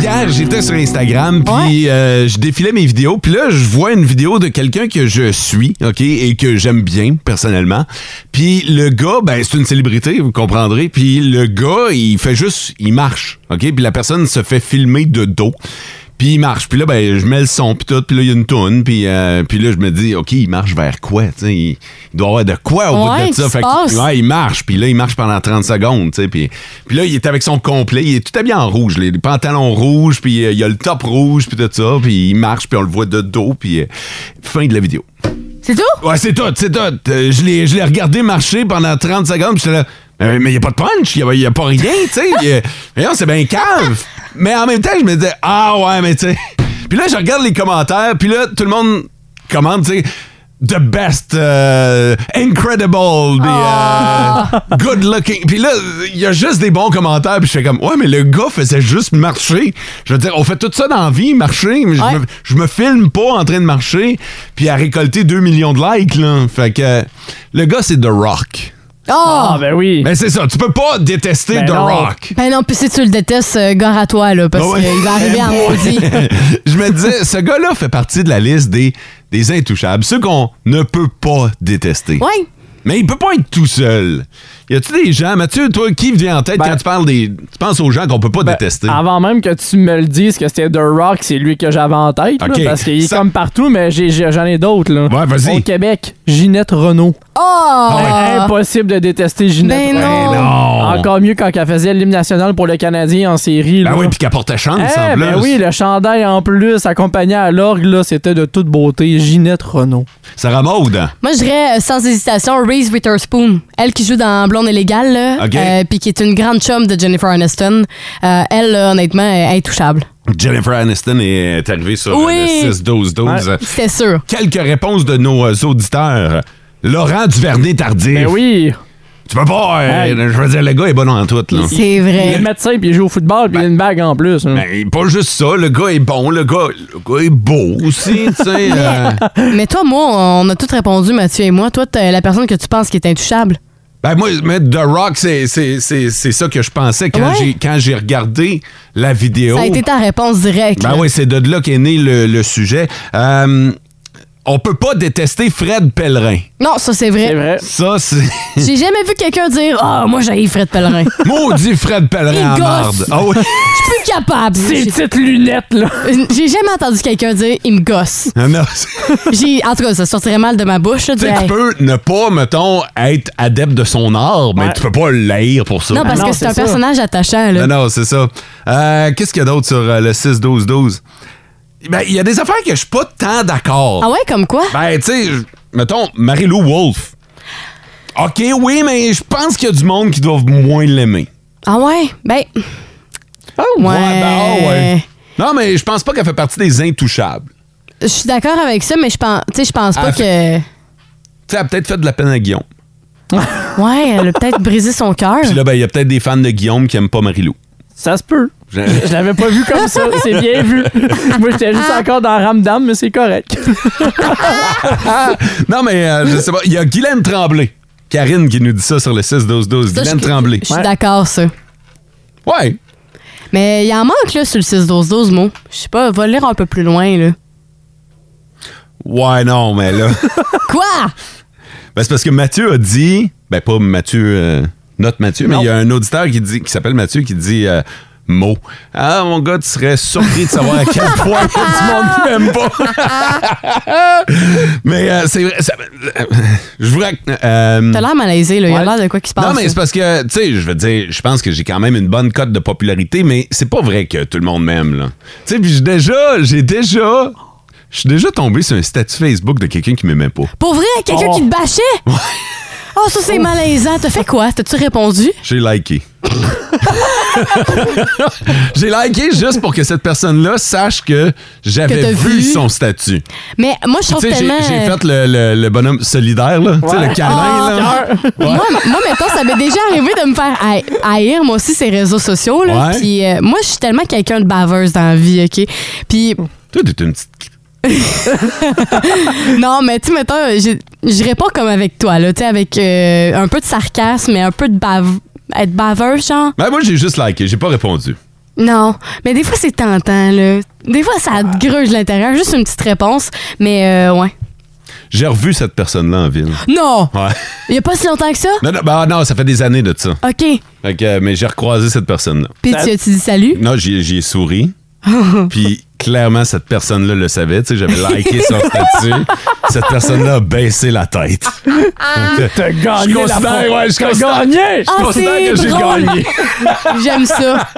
Hier, j'étais sur Instagram, puis euh, je défilais mes vidéos, puis là, je vois une vidéo de quelqu'un que je suis, OK, et que j'aime bien, personnellement. Puis le gars, ben, c'est une célébrité, vous comprendrez, puis le gars, il fait juste, il marche, OK, puis la personne se fait filmer de dos. Puis il marche, puis là, ben, je mets le son, puis tout, puis là, il y a une toune, puis euh, puis là, je me dis, OK, il marche vers quoi, tu sais, il, il doit avoir de quoi au bout
Ouais,
de ça.
qui
Fait
se
que-
passe.
ouais, Ah, il marche, puis là, il marche pendant 30 secondes, tu sais, puis puis là, il est avec son complet, il est tout habillé en rouge, les, les pantalons rouges, puis euh, il a le top rouge, puis tout ça, puis il marche, puis on le voit de dos, puis euh, fin de la vidéo.
C'est tout?
Ouais, c'est tout, c'est tout. Euh, je l'ai je l'ai regardé marcher pendant 30 secondes, puis j'étais là, Euh, mais il n'y a pas de punch, il n'y a, pas rien, tu sais. il y a- Voyons, c'est bien cave. Mais en même temps, je me disais, ah ouais, mais tu sais. Puis là, je regarde les commentaires, puis là, tout le monde commente, tu sais. The best, euh, incredible, des, euh, good looking. Puis là, il y a juste des bons commentaires. Puis je fais comme, ouais, mais le gars faisait juste marcher. Je veux dire, on fait tout ça dans la vie, marcher. Mais je
Ouais.
me- je me filme pas en train de marcher puis à récolter 2 millions de likes là. Fait que le gars c'est The Rock.
Oh!
Ah ben oui.
Mais c'est ça, tu peux pas détester
Ben
The
non.
Rock.
Ben non, puis si tu le détestes, euh, gare à toi, là, parce
Ah ouais.
qu'il va arriver à
Ben,
maudit.
je me disais ce gars-là fait partie de la liste des des intouchables, ceux qu'on ne peut pas détester.
Ouais.
Mais il peut pas être tout seul. Y a-tu des gens, Mathieu, toi qui te vient en tête
Ben-
quand tu parles des tu penses aux gens qu'on peut pas
Ben,
détester
Avant même que tu me le dises que c'était The Rock, c'est lui que j'avais en tête. là,
Ok.
parce qu'il est
Ça-
comme partout, mais j'ai- j'ai- j'en ai, d'autres. Là.
Ouais, vas-y.
Au Québec, Ginette Renault.
Oh!
Ah
Impossible de détester Ginette
Ah. Ben
Renault.
non.
Ben non.
Encore mieux quand elle faisait l'hymne national pour le Canadien en série.
Ben
là.
oui, puis qu'elle porte chance
Eh,
en plus.
ben oui, le chandail en plus accompagné à l'orgue, là, c'était de toute beauté. Ginette Renault.
Sarah Maud.
Moi, je dirais euh, sans hésitation Reese Witherspoon. Elle qui joue dans Blonde illégale, là,
Ok.
euh, puis qui est une grande chum de Jennifer Aniston. Euh, elle, là, honnêtement, est intouchable.
Jennifer Aniston est arrivée sur
Oui.
le 6-12-12.
C'était sûr.
Quelques réponses de nos euh, auditeurs. Laurent Duvernay-Tardif.
Ben oui.
Tu peux pas. euh,
Hey.
Je veux dire, le gars est bon en tout. Là.
C'est
Il est
vrai.
médecin, puis il joue au football, puis il a une bague en plus. hein.
Ben, pas juste ça, le gars est bon, le gars, le gars est beau aussi, tu sais. euh.
Mais toi, moi, on a tous répondu, Mathieu et moi. Toi, t'es la personne que tu penses qui est intouchable.
Ben moi, mais The Rock, c'est, c'est, c'est, c'est ça que je pensais quand,
Ouais.
j'ai, quand j'ai regardé la vidéo.
Ça a été ta réponse directe.
Oh. Ben
là.
oui, c'est de là qu'est né le, le sujet. Euh, on peut pas détester Fred Pellerin.
Non, ça, c'est
C'est
vrai.
vrai.
Ça, c'est.
J'ai jamais vu quelqu'un dire Ah, moi, j'ai Fred Pellerin.
Maudit Fred
Il
Pellerin en
gosse.
marde. Ah oui.
Je suis plus capable.
Ces petites lunettes, là.
J'ai- J'ai jamais entendu quelqu'un dire Il me gosse.
Non, non, c'est-
J'ai- En tout cas, ça sortirait mal de ma bouche. là, de
tu sais,
dire,
tu
Hey.
peux ne pas, mettons, être adepte de son art, mais
Ouais.
tu peux pas l'haïr pour ça.
Non, parce
Ah non,
que c'est
c'est
un
ça.
personnage attachant. Là.
Non, non, c'est ça. Euh, Qu'est-ce qu'il y a d'autre sur euh, le 6-12-12? Ben, il y a des affaires que je suis pas tant d'accord.
Ah ouais, comme quoi?
Ben, tu sais, je- mettons, Marie-Lou Wolfe. OK, oui, mais je pense qu'il y a du monde qui doivent moins l'aimer.
Ah ouais? Ben.
Oh,
ouais.
ben, ah ouais. Non, mais je pense pas qu'elle fait partie des intouchables.
Je suis d'accord avec ça, mais je pense, tu sais, je pense pas
Ah,
que.
Tu sais, elle a peut-être fait de la peine à Guillaume.
Ouais, elle a peut-être brisé son cœur.
Puis là, ben, il y a peut-être des fans de Guillaume qui aiment pas Marie-Lou.
Ça se peut.
Je-
Je l'avais pas vu comme ça. C'est bien vu. Moi, j'étais juste
Ah.
encore dans Ramdam, mais c'est correct.
Ah.
Non, mais euh, je sais pas. Il y a Guylaine Tremblay. Karine qui nous dit ça sur le 6-12-12.
Ça,
Guylaine
je-
Tremblay.
Je suis
Ouais.
d'accord, ça.
Ouais.
Mais il en manque, là, sur le 6-12-12 mots. Je sais pas, va le lire un peu plus loin, là.
Ouais, non, mais là.
Quoi?
Ben, c'est parce que Mathieu a dit, ben pas Mathieu, euh, notre Mathieu, mais
Non.
il y a un auditeur qui dit, qui s'appelle Mathieu, qui dit euh, mot. Ah mon gars, tu serais surpris de savoir à quel point il y a du monde qui m'aime pas. mais euh, c'est vrai, ça- euh, je vous rac- euh,
T'as l'air malaisé, là. Il y a
Ouais.
l'air de quoi qui se passe.
non, mais c'est parce que, tu sais, je veux dire, je pense que j'ai quand même une bonne cote de popularité, mais c'est pas vrai que tout le monde m'aime, là. Tu sais, puis j'ai déjà, j'ai déjà, je suis déjà tombé sur un statut Facebook de quelqu'un qui m'aimait pas.
Pour vrai, quelqu'un
Oh.
qui te bâchait? Oh, ça, c'est malaisant. T'as fait quoi? T'as-tu répondu?
J'ai liké. J'ai liké juste pour que cette personne-là sache que
Que
j'avais
t'as
vu,
vu.
son statut.
Mais moi, je
Tu
trouve
sais, j'ai
tellement. euh,
j'ai fait le, le- le bonhomme solidaire, là. Tu sais, le
Ah,
câlin, là.
Moi, moi, mettons, ça m'est déjà arrivé de me faire haï- haïr, moi aussi, ces réseaux sociaux. Là.
Ouais.
Puis euh, moi, je suis tellement quelqu'un de baveuse dans la vie, OK? Puis
Toi, t'es une petite.
non, mais tu sais, mettons, j'ai- j'irais pas comme avec toi, là. Tu sais, avec euh, un peu de sarcasme, mais un peu de bave... être baveuse, genre.
Ben, moi, j'ai juste liké. J'ai pas répondu.
Non, mais des fois, c'est tentant, là. Des fois, ça te gruge l'intérieur. Juste une petite réponse, mais euh, ouais.
J'ai revu cette personne-là en ville.
Non!
Ouais.
Il y a pas si longtemps que ça?
Non, non, ben, non, ça fait des années de ça.
OK.
Fait que, euh, mais j'ai recroisé cette personne-là.
Puis tu as-tu dit salut?
Non, j'y ai- j'y ai souri. Puis clairement, cette personne-là le savait. Tu sais, j'avais liké son statut. Cette personne-là a baissé la tête. Donc, euh,
T'as gagné
Je
la
considère,
fois.
ouais, je
T'as
considère-
gagné.
Ah, c'est drôle. J'aime ça.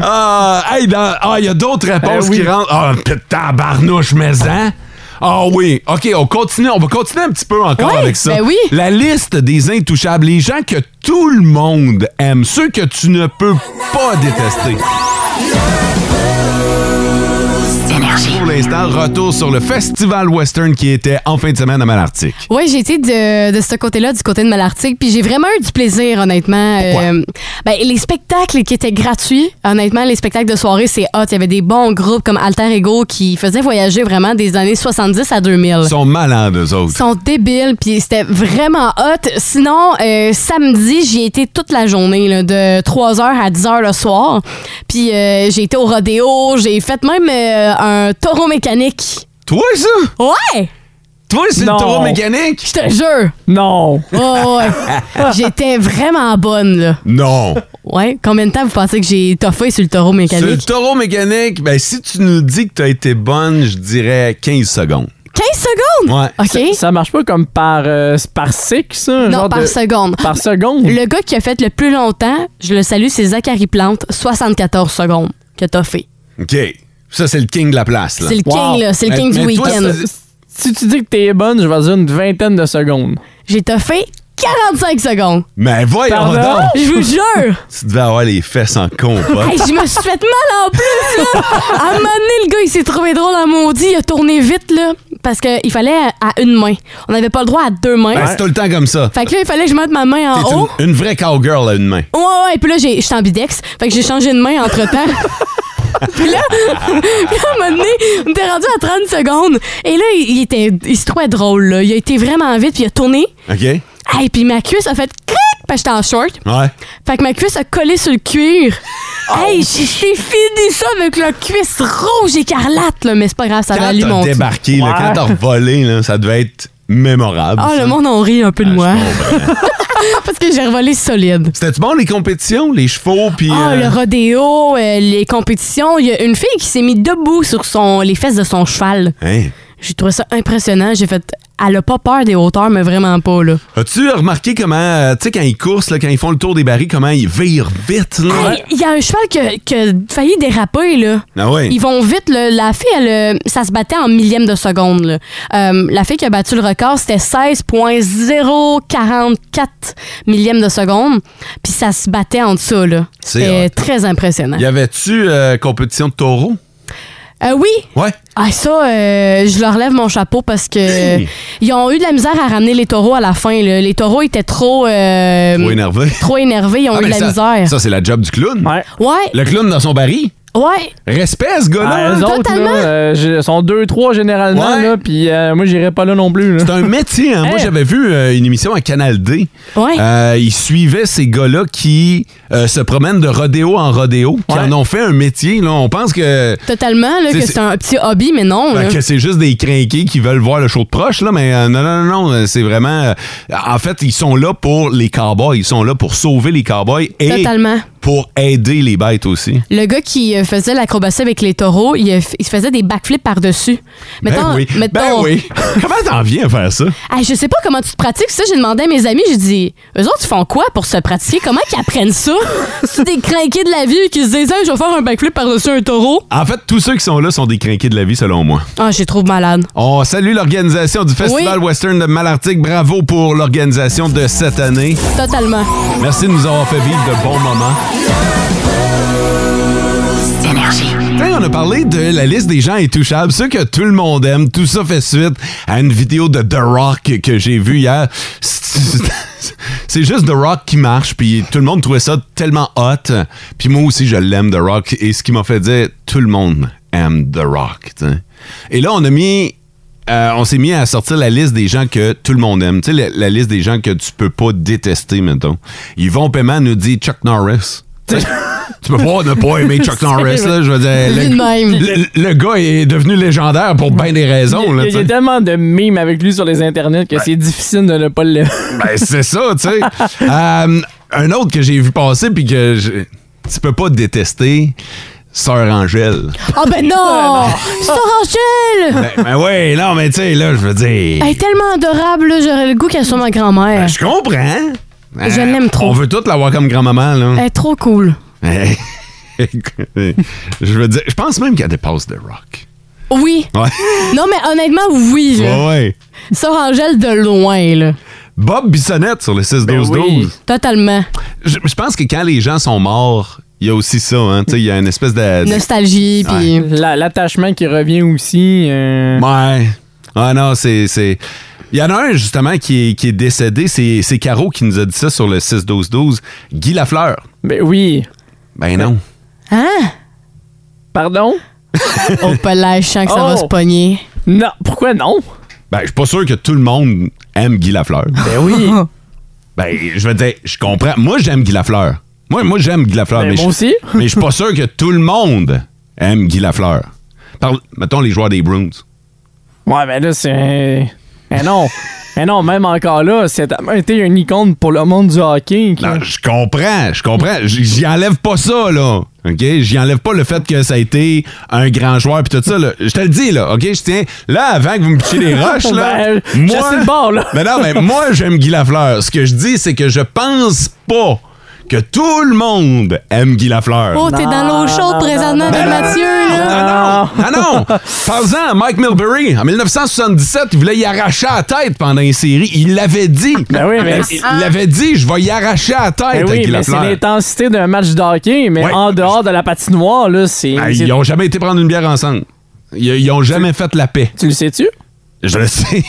Ah, hey, dans- ah, il y a d'autres
Ben
réponses
Eh oui.
qui rentrent. Ah, putain, barnouche, mais hein? Ah oui, ok, on continue, on va continuer un petit peu encore
Ouais,
avec ça.
ben oui.
La liste des intouchables, les gens que tout le monde aime, ceux que tu ne peux pas détester. Pour l'instant, retour sur le festival western qui était en fin de semaine à Malartic.
Oui, j'ai été de, de ce côté-là, du côté de Malartic, puis j'ai vraiment eu du plaisir, honnêtement. Euh, ben, les spectacles qui étaient gratuits, honnêtement, les spectacles de soirée, c'est hot. Il y avait des bons groupes comme Alter Ego qui faisaient voyager vraiment des années 70 à 2000.
Ils sont malades, eux autres.
Ils sont débiles, puis c'était vraiment hot. Sinon, euh, samedi, j'y ai été toute la journée, là, de 3h à 10h le soir. Puis euh, j'ai été au rodéo, j'ai fait même euh, un taureau mécanique.
Toi, ça?
Ouais!
Toi, c'est le
Non.
taureau mécanique?
Je te jure!
Non.
Oh, ouais. J'étais vraiment bonne, là.
Non.
Ouais. Combien de temps vous pensez que j'ai toffé sur le taureau
Sur le
mécanique?
taureau mécanique, ben, si tu nous dis que tu as été bonne, je dirais 15 secondes.
15 secondes?
Ouais.
OK.
Ça marche pas comme par, euh, par six, ça?
non,
genre
par
de-
seconde.
Par seconde?
Le gars qui a fait le plus longtemps, je le salue, c'est Zachary Plante, 74 secondes que t'as fait.
OK. Ça, c'est le king de la place. Là.
C'est le king,
Wow.
là. C'est le
Mais-
king du
mais toi,
week-end.
c'est-
Si tu dis que t'es bonne, je vais dire une vingtaine de secondes.
J'ai toffé 45 secondes.
Mais voyons
Pardon?
donc!
Je vous jure!
Tu devais avoir les fesses en compote.
Hey, je me suis fait mal en plus, là! À un moment donné, le gars, il s'est trouvé drôle à maudit, il a tourné vite, là. parce qu'il fallait à une main. On n'avait pas le droit à deux mains.
Ben, c'est tout le temps comme ça.
Fait que là, il fallait que je mette ma main en
T'es
haut.
une, une vraie cowgirl à une main.
Ouais, ouais, et puis là, j'ai- j'étais ambidex. Fait que j'ai changé de main entre temps. puis là, puis là, à un moment donné, on était rendu à 30 secondes. Et là, il, il était, il se trouvait drôle, là. Il a été vraiment vite, puis il a tourné.
OK? Ouais.
Et puis ma cuisse a fait cric, parce que j'étais en short. Fait que ma cuisse a collé sur le cuir.
Oh.
Hey, j'ai j'ai fini ça avec la cuisse rouge écarlate, là. Mais c'est pas grave, ça a
Quand
valu
t'as
mon.
débarqué, là, quand t'as revolé, là, ça devait être mémorable.
Ah,
ça.
le monde en rit un peu de moi. parce que j'ai revolé solide.
C'était-tu bon les compétitions, les chevaux, puis...
Ah,
euh,
le rodéo, euh, les compétitions. Il y a une fille qui s'est mise debout sur son, les fesses de son cheval.
hein?
J'ai trouvé ça impressionnant. J'ai fait. Elle a pas peur des hauteurs, mais vraiment pas, là.
As-tu remarqué comment, euh, tu sais, quand ils coursent, là, quand ils font le tour des barils, comment ils virent vite? Là?
Hey, Il y a un cheval qui a, qui a failli déraper, là.
Ah ouais.
Ils vont vite. là. La fille, elle, euh, ça se battait en millième de seconde. là. Euh, la fille qui a battu le record, c'était 16,044 millième de seconde. Puis ça se battait en dessous. là.
C'est
C'était
hot.
très impressionnant.
Y avait-tu euh, compétition de taureau?
Euh, oui,
Ouais.
Ah, ça, euh, je leur lève mon chapeau parce que
Hey!
euh, ils ont eu de la misère à ramener les taureaux à la fin. là. Les taureaux étaient trop, euh,
Trop énervé.
trop énervés, ils ont
Ah,
eu
mais
de la
ça,
misère.
Ça, c'est la job du clown.
Ouais.
ouais,
Le clown dans son baril?
ouais.
Respect à ce
Ah,
gars-là!
eux
hein?
autres,
totalement.
là, euh, j'ai- sont deux, trois généralement,
Ouais.
là, puis euh, moi, j'irai pas là non plus. Là.
c'est un métier. hein. Moi,
Hey.
j'avais vu euh, une émission à Canal
Eh.
D.
Ouais.
Euh, ils suivaient ces gars-là qui euh, se promènent de rodéo en rodéo, qui
Ouais.
en ont fait un métier. Là. On pense que
Totalement, là,
C'est-
que
c'est-
c'est un petit hobby, mais non.
Ben,
là.
que c'est juste des crinqués qui veulent voir le show de proche, là, mais euh, non, non, non, non, euh, c'est vraiment... euh, en fait, ils sont là pour les cowboys, ils sont là pour sauver les cowboys et
Totalement.
pour aider les bêtes aussi.
Le gars qui euh, faisait l'acrobatie avec les taureaux, il, euh, f- il se faisait des backflips par-dessus. Mettons,
ben oui, ben
mettons-
oui. Comment t'en viens à faire ça?
Hey, je sais pas comment tu te pratiques. Ça, j'ai demandé à mes amis, j'ai dit, eux autres, ils font quoi pour se pratiquer? Comment ils apprennent ça? C'est des craqués de la vie qui se disent, Hey, je vais faire un backflip par-dessus un taureau.
En fait, tous ceux qui sont là sont des crinqués de la vie, selon moi.
Ah, j'ai trouve malade.
On salue l'organisation du Festival
Oui.
Western de Malartic. Bravo pour l'organisation de cette année.
Totalement.
Merci de nous avoir fait vivre de bons moments. Tiens, on a parlé de la liste des gens intouchables, ceux que tout le monde aime. Tout ça fait suite à une vidéo de The Rock que j'ai vue hier. C'est c'est juste The Rock qui marche, puis tout le monde trouvait ça tellement hot. Puis moi aussi, je l'aime, The Rock. Et ce qui m'a fait dire, tout le monde aime The Rock. tu sais. Et là, on a mis... euh, on s'est mis à sortir la liste des gens que tout le monde aime. Tu sais, la, la liste des gens que tu peux pas détester, mettons. Yvon Paiement nous dit Chuck Norris. Tu sais, tu peux pas ne pas aimer Chuck Norris, là. Je veux dire,
Vu de même.
le, le gars est devenu légendaire pour bien des raisons,
Il y a-
là,
il y, a
tu sais.
tellement de mimes avec lui sur les internets que c'est difficile de ne pas le.
Ben, c'est ça, tu sais. Euh, un autre que j'ai vu passer, puis que je- tu peux pas détester, Sœur Angèle.
Ah ben non! Sœur Angèle!
Ben, ben ouais, non, mais tu sais, là, je veux dire.
Elle est tellement adorable, là, j'aurais le goût qu'elle soit ma grand-mère.
euh,
ben, je comprends. Ben,
Je l'aime trop.
On veut toutes l'avoir comme grand-maman, là.
Elle est trop cool.
je veux dire, je pense même qu'elle dépasse The Rock.
Oui.
Ouais.
Non, mais honnêtement, oui. là.
Ouais, ouais.
Sœur Angèle de loin, là.
Bob Bissonnette sur le 6-12-12.
Ben
Totalement.
je, je pense que quand les gens sont morts, il y a aussi ça, hein. Tu sais, il y a une espèce de.
Nostalgie, puis...
La- L'attachement qui revient aussi. euh,
Ouais. Ah non, c'est. c'est- Il y en a un, justement, qui est, qui est décédé. C'est c'est Caro qui nous a dit ça sur le 6-12-12. Guy Lafleur.
Ben oui.
Ben non.
Hein?
Pardon?
Oh, pas lâche, je sens que ça va
Oh.
se pogner.
Non. Pourquoi non?
Ben, je suis pas sûr que tout le monde aime Guy Lafleur.
Ben oui.
Ben, je veux dire, je comprends. Moi, j'aime Guy Lafleur. Moi, moi j'aime Guy Lafleur.
Ben,
mais
moi
je-
aussi.
mais je suis pas sûr que tout le monde aime Guy Lafleur. Parle- mettons les joueurs des Bruins.
Ouais, ben là, c'est. Mais non. Mais non, même encore là, c'est tellement été une icône pour le monde du hockey. que- Ben
Non, Ben, je comprends, je comprends. J- J'y enlève pas ça, là. OK? J'y enlève pas le fait que ça a été un grand joueur puis tout ça, là. Je te le dis, là. OK? Je tiens. Là, avant que vous me pichiez les roches, là.
Ben, je sais le bord, là.
Mais non, mais moi, j'aime Guy Lafleur. Ce que je dis, c'est que je pense pas que tout le monde aime Guy Lafleur.
Oh, t'es dans l'eau chaude présentement de Mathieu, là.
Ah non! Ah non! Parle-en à Mike Milbury. En 1977, il voulait y arracher la tête pendant une série. Il l'avait dit.
Ben oui, mais-
Il l'avait dit, je vais y arracher la tête
Ben
à
oui,
Guy
mais c'est
Lafleur.
l'intensité d'un match de hockey, mais
Ouais.
en dehors de la patinoire, là, c'est.
Ah,
c'est-
ils ont jamais été prendre une bière ensemble. Ils, ils ont jamais fait la paix.
Tu le sais-tu?
Je le sais.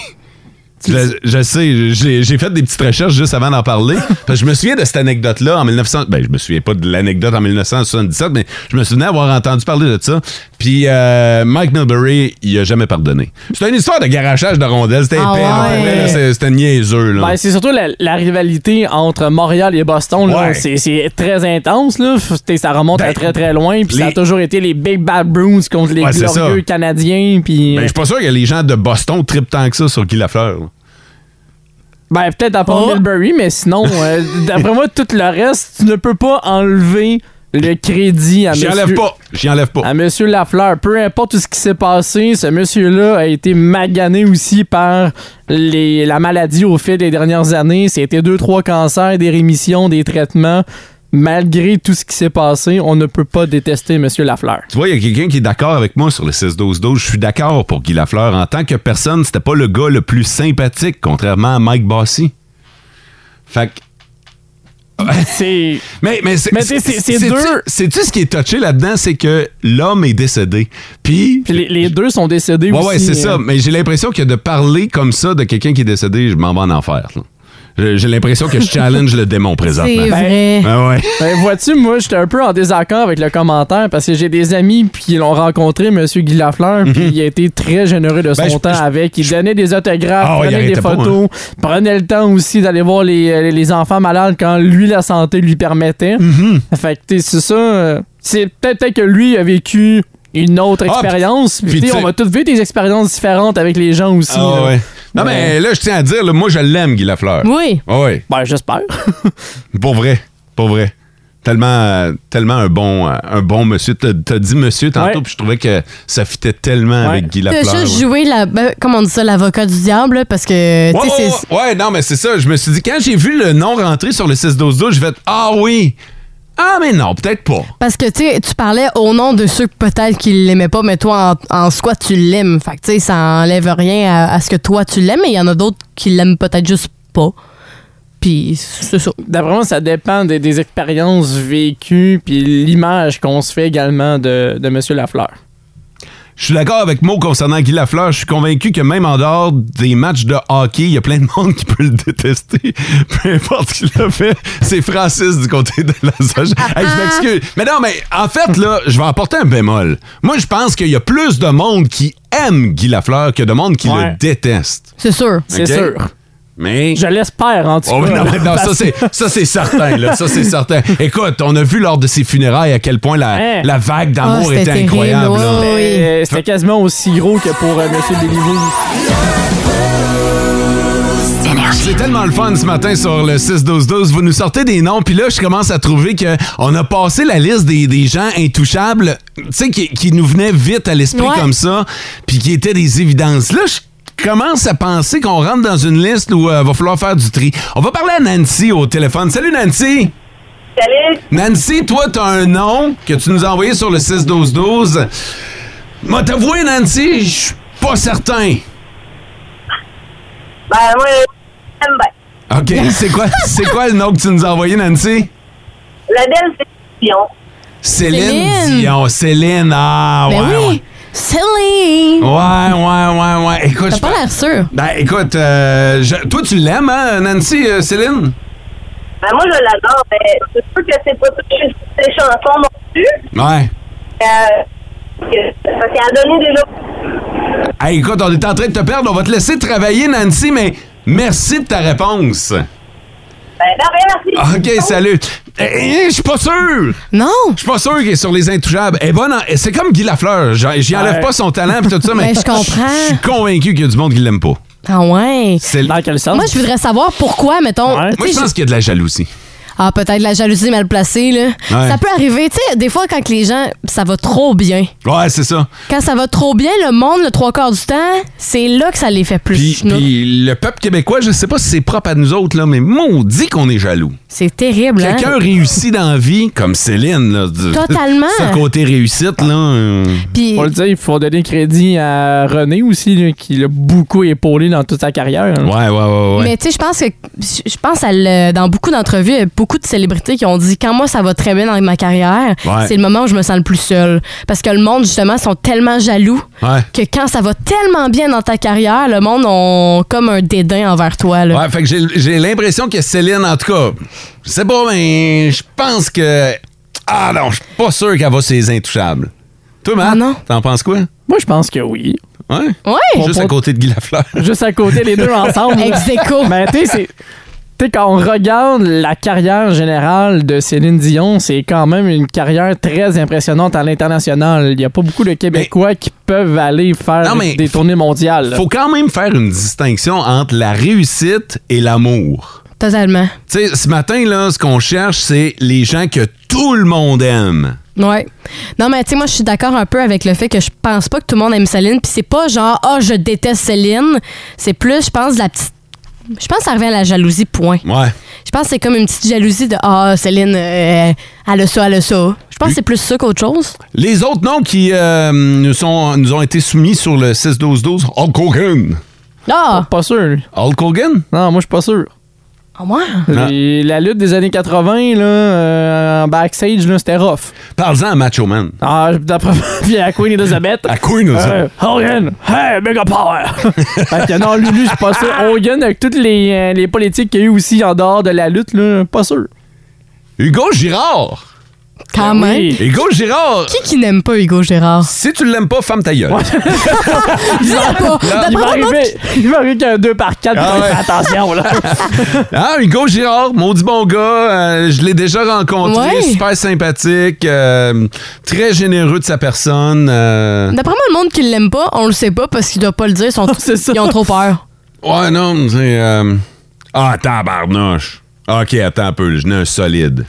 Je, je sais, j'ai j'ai fait des petites recherches juste avant d'en parler. Parce que je me souviens de cette anecdote-là en 1900. Ben, je me souviens pas de l'anecdote en 1977, mais je me souvenais avoir entendu parler de ça. Puis euh, Mike Milbury, il a jamais pardonné. C'était une histoire de garachage de rondelles. C'était
Ah
épais, là,
ouais.
pour vrai, là, c'est- C'était niaiseux. Là.
Ben, c'est surtout la, la rivalité entre Montréal et Boston. là.
Ouais.
C'est- C'est très intense. Là. F- t'es- Ça remonte
Ben,
à très très loin. Puis ça a
les-
toujours été les Big Bad Bruins contre les
Ouais, c'est
glorieux
ça.
Canadiens. Puis,
Ben, je suis pas sûr que les gens de Boston trippent tant que ça sur Guy Lafleur. là.
Ben, peut-être à part
Oh.
Milbury, mais sinon, euh, d'après moi, tout le reste, tu ne peux pas enlever le crédit à
J'y
monsieur,
enlève pas. J'y enlève pas.
à monsieur Lafleur. Peu importe tout ce qui s'est passé, ce monsieur-là a été magané aussi par les, la maladie au fil des dernières années. C'était deux, trois cancers, des rémissions, des traitements. Malgré tout ce qui s'est passé, on ne peut pas détester monsieur Lafleur.
Tu vois, il y a quelqu'un qui est d'accord avec moi sur le 6-12-12. Je suis d'accord pour Guy Lafleur. En tant que personne, c'était pas le gars le plus sympathique, contrairement à Mike Bossy. Fait que-
C'est...
Mais, mais c'est
Mais tu sais, c'est- c'est
c'est-tu-
dur.
C'est-tu ce qui est touché là-dedans? C'est que l'homme est décédé. Puis.
Puis les, les deux sont décédés
Ouais,
aussi.
ouais, c'est
euh,
ça. Mais j'ai l'impression que de parler comme ça de quelqu'un qui est décédé, je m'en vais en enfer. là. J'ai j'ai l'impression que je challenge le démon présentement.
C'est vrai.
Ah ouais.
Ben vois-tu, moi j'étais un peu en désaccord avec le commentaire parce que j'ai des amis puis ils l'ont rencontré, Monsieur Guy Lafleur, puis il a été très généreux de son
Mhm. Ben, je-
temps
je-
avec. Il donnait des autographes,
Ah ouais, il
prenait des
arrêtait pas, hein.
photos, prenait le temps aussi d'aller voir les, euh, les enfants malades quand lui la santé lui permettait.
Mhm.
Fait que t'sais, c'est ça. euh, C'est peut-être peut-être que lui a vécu une autre
Ah,
expérience.
puis-
Puis
puis
t'sais, on
t'sais-
va tous vivre des expériences différentes avec les gens aussi.
Ah
là.
ouais. Non, mais là, je tiens à dire, là, moi, je l'aime, Guy Lafleur.
Oui.
Ah ouais.
Ben j'espère.
Pour vrai, pour vrai. Tellement, euh, tellement un bon, euh, un bon monsieur. T'as t'as dit monsieur tantôt,
Ouais.
puis je trouvais que ça fitait tellement
Ouais.
avec Guy
T'as
Lafleur.
juste
ouais.
joué, la, ben, comment on dit ça, l'avocat du diable, là, parce que, tu
Ouais,
sais,
ouais,
c'est-
ouais, ouais, non, mais c'est ça. Je me suis dit, quand j'ai vu le nom rentrer sur le 6-12-12, je vais être Ah oui! Ah, mais non, peut-être pas.
Parce que, tu sais, tu parlais au nom de ceux que peut-être qui l'aimaient pas, mais toi, en, en soi, tu l'aimes. Fait que, tu sais, ça enlève rien à, à ce que toi, tu l'aimes, mais il y en a d'autres qui l'aiment peut-être juste pas. Puis, c'est ça.
D'après moi, ça dépend des, des expériences vécues puis l'image qu'on se fait également de, de Monsieur Lafleur.
Je suis d'accord avec Mo concernant Guy Lafleur. Je suis convaincu que même en dehors des matchs de hockey, il y a plein de monde qui peut le détester. Peu importe ce qu'il a fait, c'est Francis du côté de la Soche.
Ah,
Hey, je m'excuse. Mais non, mais en fait, là, je vais apporter un bémol. Moi, je pense qu'il y a plus de monde qui aime Guy Lafleur que de monde qui
Ouais.
le déteste.
C'est sûr.
C'est
Ok?
sûr.
Mais...
Je l'espère, en tout
Oh,
cas.
non, mais non, ça
Parce-
c'est ça c'est certain là, ça c'est certain. Écoute, on a vu lors de ses funérailles à quel point la,
Hein?
la vague d'amour
Oh,
était,
c'était terrible,
incroyable. là.
ouais. oui.
Euh, C'était quasiment aussi gros que pour euh, Monsieur Béliveau.
C'est tellement le fun ce matin sur le 6-12-12. Vous nous sortez des noms, puis là, je commence à trouver que on a passé la liste des, des gens intouchables, tu sais, qui, qui nous venaient vite à l'esprit
Ouais.
comme ça, puis qui étaient des évidences. Là, je commence à penser qu'on rentre dans une liste où il va falloir faire du tri. On va parler à Nancy au téléphone. Salut, Nancy!
Salut.
Nancy, toi, t'as un nom que tu nous as envoyé sur le 6-12-12. Moi, t'avouer, Nancy, je suis pas certain.
Ben, moi, j'aime bien.
OK, c'est quoi, c'est quoi le nom que tu nous as envoyé, Nancy?
La belle séduction.
Céline,
Céline.
Dion. Céline, ah,
Ben
ouais,
oui. Silly.
ouais. Ouais, ouais, ouais, ouais. Écoute,
T'as
je-
pas l'air sûr.
ben, écoute, euh, je- toi, tu l'aimes, hein, Nancy, euh, Céline?
Ben, moi, je l'adore. mais c'est sûr que c'est pas toutes ses chansons non plus.
Ouais.
Euh, que- parce qu'elle a donné des
Hey, écoute, on est en train de te perdre. On va te laisser travailler, Nancy, mais merci de ta réponse.
Ben, non, ben, merci.
Ah, OK,
Oh.
salut. Eh, eh, je suis pas sûr.
Non.
Je suis pas sûr qu'il est sur les intouchables. Eh bonne, en- c'est comme Guy Lafleur. J'en- J'y enlève
Ouais.
pas son talent et tout ça, mais
Ben, je comprends.
Je suis convaincu qu'il y a du monde qui l'aime pas.
Ah ouais.
C'est-
Dans quel sens?
Moi, je voudrais savoir pourquoi, mettons.
Ouais.
tu
Moi,
sais,
je pense qu'il y a de la jalousie.
Ah, peut-être la jalousie mal placée, là.
Ouais.
Ça peut arriver. Tu sais, des fois, quand les gens, ça va trop bien.
Ouais, c'est ça.
Quand ça va trop bien, le monde, le trois quarts du temps, c'est là que ça les fait plus
Puis,
chenoute.
puis le peuple québécois, je sais pas si c'est propre à nous autres, là, mais maudit qu'on est jaloux.
C'est terrible, hein?
Quelqu'un réussit dans la vie, comme Céline, là, du-
Totalement.
Ce côté réussite, là. euh,
Puis,
Faut le dire, il faut donner crédit à René aussi, là, qui l'a beaucoup épaulé dans toute sa carrière. hein.
Ouais, ouais, ouais, ouais.
mais tu sais, je pense que je pense à le- dans beaucoup d'entrevues, elle a beaucoup de célébrités qui ont dit quand moi ça va très bien dans ma carrière,
Ouais.
c'est le moment où je me sens le plus seule. Parce que le monde, justement, sont tellement jaloux
Ouais.
que quand ça va tellement bien dans ta carrière, le monde ont comme un dédain envers toi. Là.
Ouais, fait que j'ai- j'ai l'impression que Céline, en tout cas, je sais pas, mais je pense que. Ah non, je suis pas sûr qu'elle va ses intouchables. Toi, Matt, t'en penses quoi?
Moi, je pense que oui.
Ouais?
Ouais.
Juste à côté de Guy Lafleur.
Juste à côté, les deux
Ex
ensemble.
aequo.
Mais Ben, tu sais, c'est- tu sais, quand on regarde la carrière générale de Céline Dion, c'est quand même une carrière très impressionnante à l'international. Il n'y a pas beaucoup de Québécois qui peuvent aller faire
Non, mais
des tournées mondiales. là.
Faut quand même faire une distinction entre la réussite et l'amour.
Totalement.
Tu sais, ce matin, là, ce qu'on cherche, c'est les gens que tout le monde aime.
Ouais. Non, mais tu sais, moi, je suis d'accord un peu avec le fait que je pense pas que tout le monde aime Céline. Puis c'est pas genre, ah, je déteste Céline. C'est plus, je pense, de la petite. Je pense que ça revient à la jalousie, point.
Ouais.
Je pense que c'est comme une petite jalousie de, ah, Céline, euh, elle a ça, elle a ça. Je pense que c'est plus ça qu'autre chose.
Les autres noms qui euh, nous, sont, nous ont été soumis sur le 6-12-12, Hulk Hogan.
Ah!
Pas sûr.
Hulk Hogan?
Non, moi, je suis pas sûr.
Ah, moi?
Les- La lutte des années 80, là, euh, en backstage, là, c'était rough.
Parle-en à Macho Man.
Ah, d'après puis à Queen Elizabeth.
À Queen
Euh,
Elizabeth.
Hogan, hey, mega power! fait que non, Lulu, je suis pas sûr. Hogan, avec toutes les, euh, les politiques qu'il y a eu aussi en dehors de la lutte, là, pas sûr.
Hugo Girard.
Quand
Ben
même.
Hugo Girard.
Qui qui n'aime pas Hugo Gérard?
Si tu l'aimes pas, femme ta gueule.
Dis-le pas! D'après
Ah, Il va
moi,
arriver, il va arriver qu'un 2 par 4,
Ah ouais.
attention, là.
Ah, Hugo Girard, maudit bon gars. euh, je l'ai déjà rencontré.
Ouais.
Super sympathique. euh, très généreux de sa personne. euh,
D'après moi, le monde qui l'aime pas, on le sait pas parce qu'il doit pas le dire. Ils, sont-
c'est ça.
ils ont trop peur.
Ouais, non, c'est. Euh... Ah, tabarnouche. Ok, attends un peu, je n'ai un solide.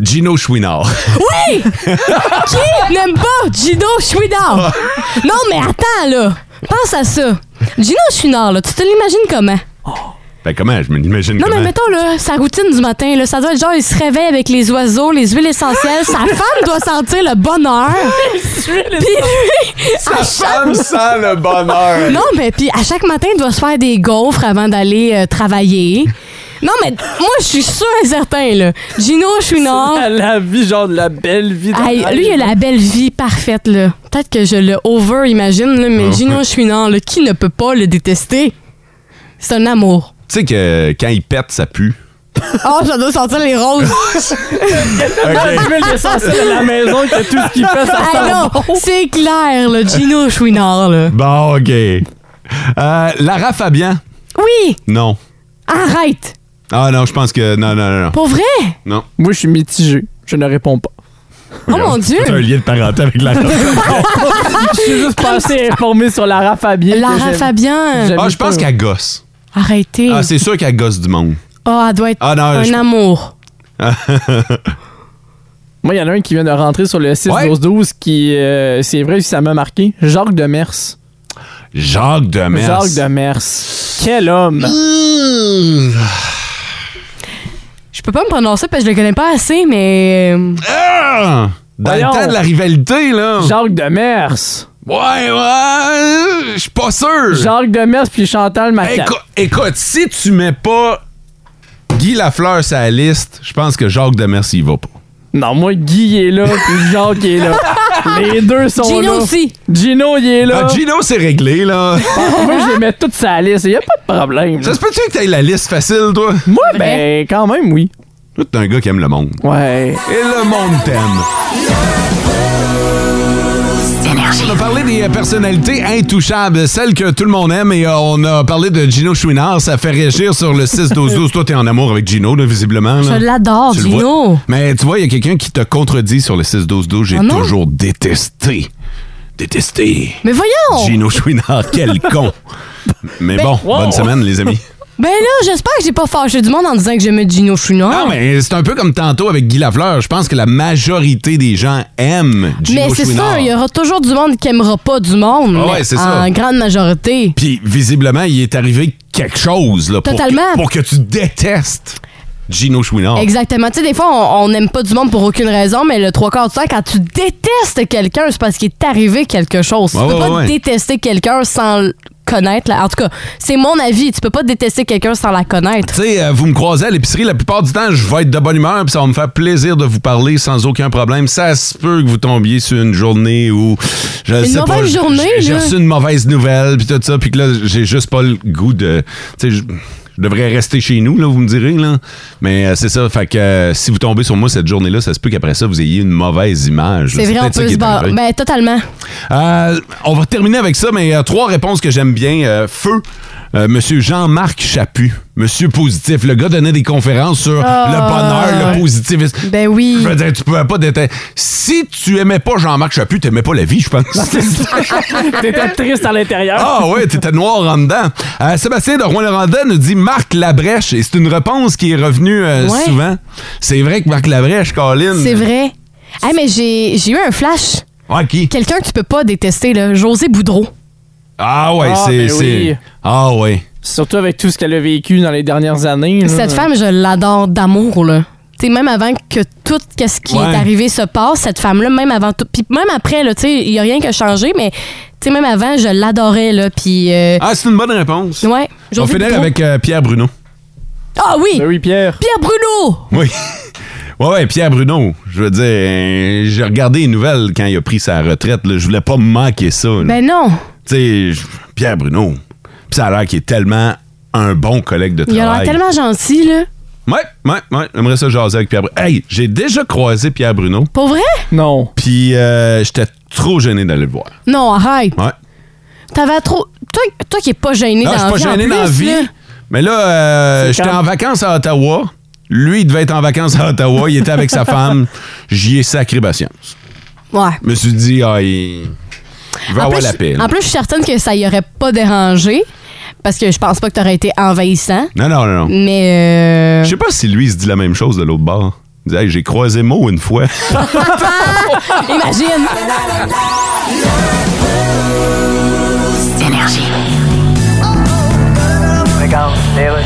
Gino Chouinard.
Qui n'aime pas Gino Chouinard? Non, mais attends, là. Pense à ça. Gino Chouinard, là, tu te l'imagines comment?
ben comment, je me l'imagine
Non, mais
comment?
mettons, là, sa routine du matin, là, ça doit être genre, il se réveille avec les oiseaux, les huiles essentielles. sa femme doit sentir le bonheur. Puis lui, à chaque...
me sent le bonheur.
Non, mais puis à chaque matin, il doit se faire des gaufres avant d'aller euh, travailler. Non, mais moi, je suis sûre et certain, là. Gino Chouinard...
la vie, genre, de la belle vie. dans
Ah. Hey,
la-
lui, il a la belle vie parfaite, là. Peut-être que je le over-imagine, là, mais Gino Chouinard, là, qui ne peut pas le détester? C'est un amour.
Tu sais que quand il pète, ça pue.
Oh, ça doit sentir les roses.
Dans l'huile essentielle à la maison, que tout ce qu'il fait, ça
Hey,
sent
Ah, non, c'est clair, là, Gino Chouinard, là.
Bon, ok. Euh, Lara Fabian?
Oui,
Non.
arrête.
Ah non, je pense que. Non, non, non, non.
Pour vrai?
non.
Moi, je suis mitigé. Je ne réponds pas.
Oh mon Dieu.
T'as un lien de parenté avec Lara.
Je suis juste pas assez informé sur Lara Fabian. que
Lara
j'aime-
Fabian,
j'aime
ah, je pense
pas.
qu'elle gosse.
arrêtez.
Ah, c'est sûr qu'elle gosse du monde.
Oh, elle doit être
Ah, non,
un
je-
amour.
Moi, il y en a un qui vient de rentrer sur le 6-12-12 qui, euh, c'est vrai, ça m'a marqué. Jacques Demers.
Jacques Demers.
Jacques Demers. Quel homme!
Mmh.
Je peux pas me prononcer parce que je le connais pas assez, mais... euh,
Ah! Dans
Voyons.
le temps de la rivalité, là.
Jacques Demers.
Ouais, ouais, je suis pas sûr.
Jacques Demers puis Chantal Maca.
Éco- écoute, si tu mets pas Guy Lafleur sur la liste, je pense que Jacques Demers, il va pas.
Non, moi, Guy est là puis Jacques est là. Les deux sont là.
Gino aussi.
Gino, il est là.
Ah, Gino, c'est réglé, là.
moi, je vais mettre toute sa liste. Il a pas de problème.
Ça se peut-tu que t'aies la liste facile, toi?
Moi, ben, quand même, oui.
Toi, t'es un gars qui aime le monde.
Ouais.
Et le monde t'aime. On a parlé des euh, personnalités intouchables, celles que tout le monde aime, et euh, on a parlé de Gino Chouinard. Ça fait réagir sur le 6-12-12. Toi, t'es en amour avec Gino, là, visiblement. là.
Je l'adore,
Ah. Tu le vois.
Gino.
Mais tu vois, il y a quelqu'un qui te contredit sur le 6-12-12. J'ai
Ah non?
toujours détesté. Détesté.
Mais voyons!
Gino Chouinard, quel con. Mais bon,
wow.
bonne semaine, les amis.
Ben là, j'espère que j'ai pas fâché du monde en disant que j'aimais Gino Chouinard.
Non, mais c'est un peu comme tantôt avec Guy Lafleur. Je pense que la majorité des gens aiment Gino
Mais c'est
Chouinard.
sûr, il y aura toujours du monde qui aimera pas du monde.
Ah ouais,
mais
c'est
en
ça.
grande majorité.
Puis visiblement, il est arrivé quelque chose là, pour,
Totalement.
que, pour que tu détestes Gino Chouinard.
Exactement. Tu sais, des fois, on on n'aime pas du monde pour aucune raison, mais le trois quarts du temps, quand tu détestes quelqu'un, c'est parce qu'il est arrivé quelque chose.
Ouais,
tu peux
ouais,
pas
ouais.
détester quelqu'un sans le connaître. la- En tout cas, c'est mon avis. Tu peux pas détester quelqu'un sans la connaître.
Tu sais, euh, vous me croisez à l'épicerie, la plupart du temps, je vais être de bonne humeur, puis ça va me faire plaisir de vous parler sans aucun problème. Ça se peut que vous tombiez sur une journée où. Je
Une
sais pas,
mauvaise
j-
journée,
j- J'ai
là.
reçu une mauvaise nouvelle, puis tout ça, puis que là, j'ai juste pas le goût de. Tu sais, je je devrais rester chez nous, là, vous me direz, là. Mais euh, c'est ça, fait que euh, si vous tombez sur moi cette journée-là, ça se peut qu'après ça, vous ayez une mauvaise image.
C'est vrai, on
peut-être ça
peut
qui
se
est
barrer.
arrivé.
Ben, totalement.
Euh, on va terminer avec ça, mais euh, trois réponses que j'aime bien. Euh, feu, euh, Monsieur Jean-Marc Chaput, Monsieur Positif. Le gars donnait des conférences sur
Ah.
le bonheur, le positivisme.
Ben oui.
Je veux dire, tu pouvais pas détester. Si tu aimais pas Jean-Marc Chaput, t'aimais pas la vie, je pense.
T'étais triste à l'intérieur.
Ah ouais, t'étais noir en dedans. Euh, Sébastien de Rouen-Noranda nous dit Marc Labrèche, et c'est une réponse qui est revenue euh,
Ouais.
souvent. C'est vrai que Marc Labrèche, Colin.
C'est vrai. Ah, mais j'ai j'ai eu un flash.
Ouais, qui?
Quelqu'un que tu peux pas détester, là. José Boudreau.
Ah ouais,
Ah,
c'est.
mais
c'est-
oui.
Ah ouais.
Surtout avec tout ce qu'elle a vécu dans les dernières années. là.
Cette femme, je l'adore d'amour, là. Tu sais, même avant que tout ce qui
Ouais.
est arrivé se passe, cette femme-là, même avant tout. Puis même après, là, tu sais, il n'y a rien qui a changé, mais tu sais, même avant, je l'adorais, là. Puis. euh,
Ah, c'est une bonne réponse.
ouais.
On
José
finit
Boudreau.
avec Ben euh, Pierre Bruno.
Ah oui!
Ben oui, Pierre.
Pierre Bruno!
Oui. Ouais, ouais, Pierre Bruno. Je veux dire, euh, j'ai regardé les nouvelles quand il a pris sa retraite. là. Je voulais pas me manquer ça. là.
Ben non!
Tu sais, je- Pierre Bruno. Puis ça a l'air qu'il est tellement un bon collègue de
Il a l'air
travail.
tellement gentil, là.
Ouais, ouais, ouais. J'aimerais ça jaser avec Pierre Bruno. Hey, j'ai déjà croisé Pierre Bruno.
Pour vrai?
Non.
Puis euh, j'étais trop gêné d'aller le voir.
Non, arrête.
Ouais.
T'avais trop. Toi, toi qui n'es pas gêné
Non,
dans
je suis pas
la vie. en
gêné dans la
plus,
vie.
là.
Mais là, euh,
C'est
j'étais
quand-
en vacances à Ottawa. Lui, il devait être en vacances à Ottawa. Il était avec sa femme. J'y ai sacré patience.
Ouais.
Je me suis dit, ah, il il
En
va avoir
plus,
la paix. là.
En plus, je suis certaine que ça y aurait pas dérangé parce que je pense pas que t'aurais été envahissant.
Non, non, non, non.
Mais. euh,
Je sais pas si lui, il se dit la même chose de l'autre bord. Il dit, Hey, j'ai croisé Mo une fois.
Imagine!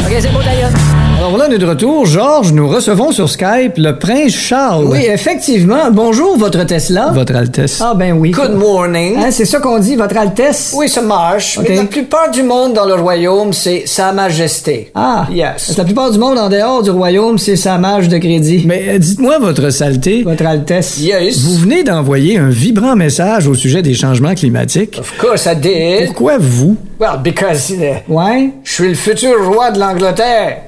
OK, c'est bon d'ailleurs.
Alors voilà, on est de retour. Georges, nous recevons sur Skype le prince Charles.
Oui, effectivement. Bonjour, votre Tesla.
Votre Altesse.
Ah ben oui.
Good
morning.
Hein,
c'est ça qu'on dit, votre Altesse? Oui, ça marche.
Ok.
Mais la plupart du monde dans le royaume, c'est Sa Majesté.
Ah.
Yes.
La plupart du monde en dehors du royaume, c'est sa marge de crédit. Mais euh, dites-moi, votre saleté. Votre Altesse.
Yes.
Vous venez d'envoyer un vibrant message au sujet des changements climatiques.
Of course I did.
Pourquoi vous?
Well, because... euh, Je suis le futur roi de l'Angleterre.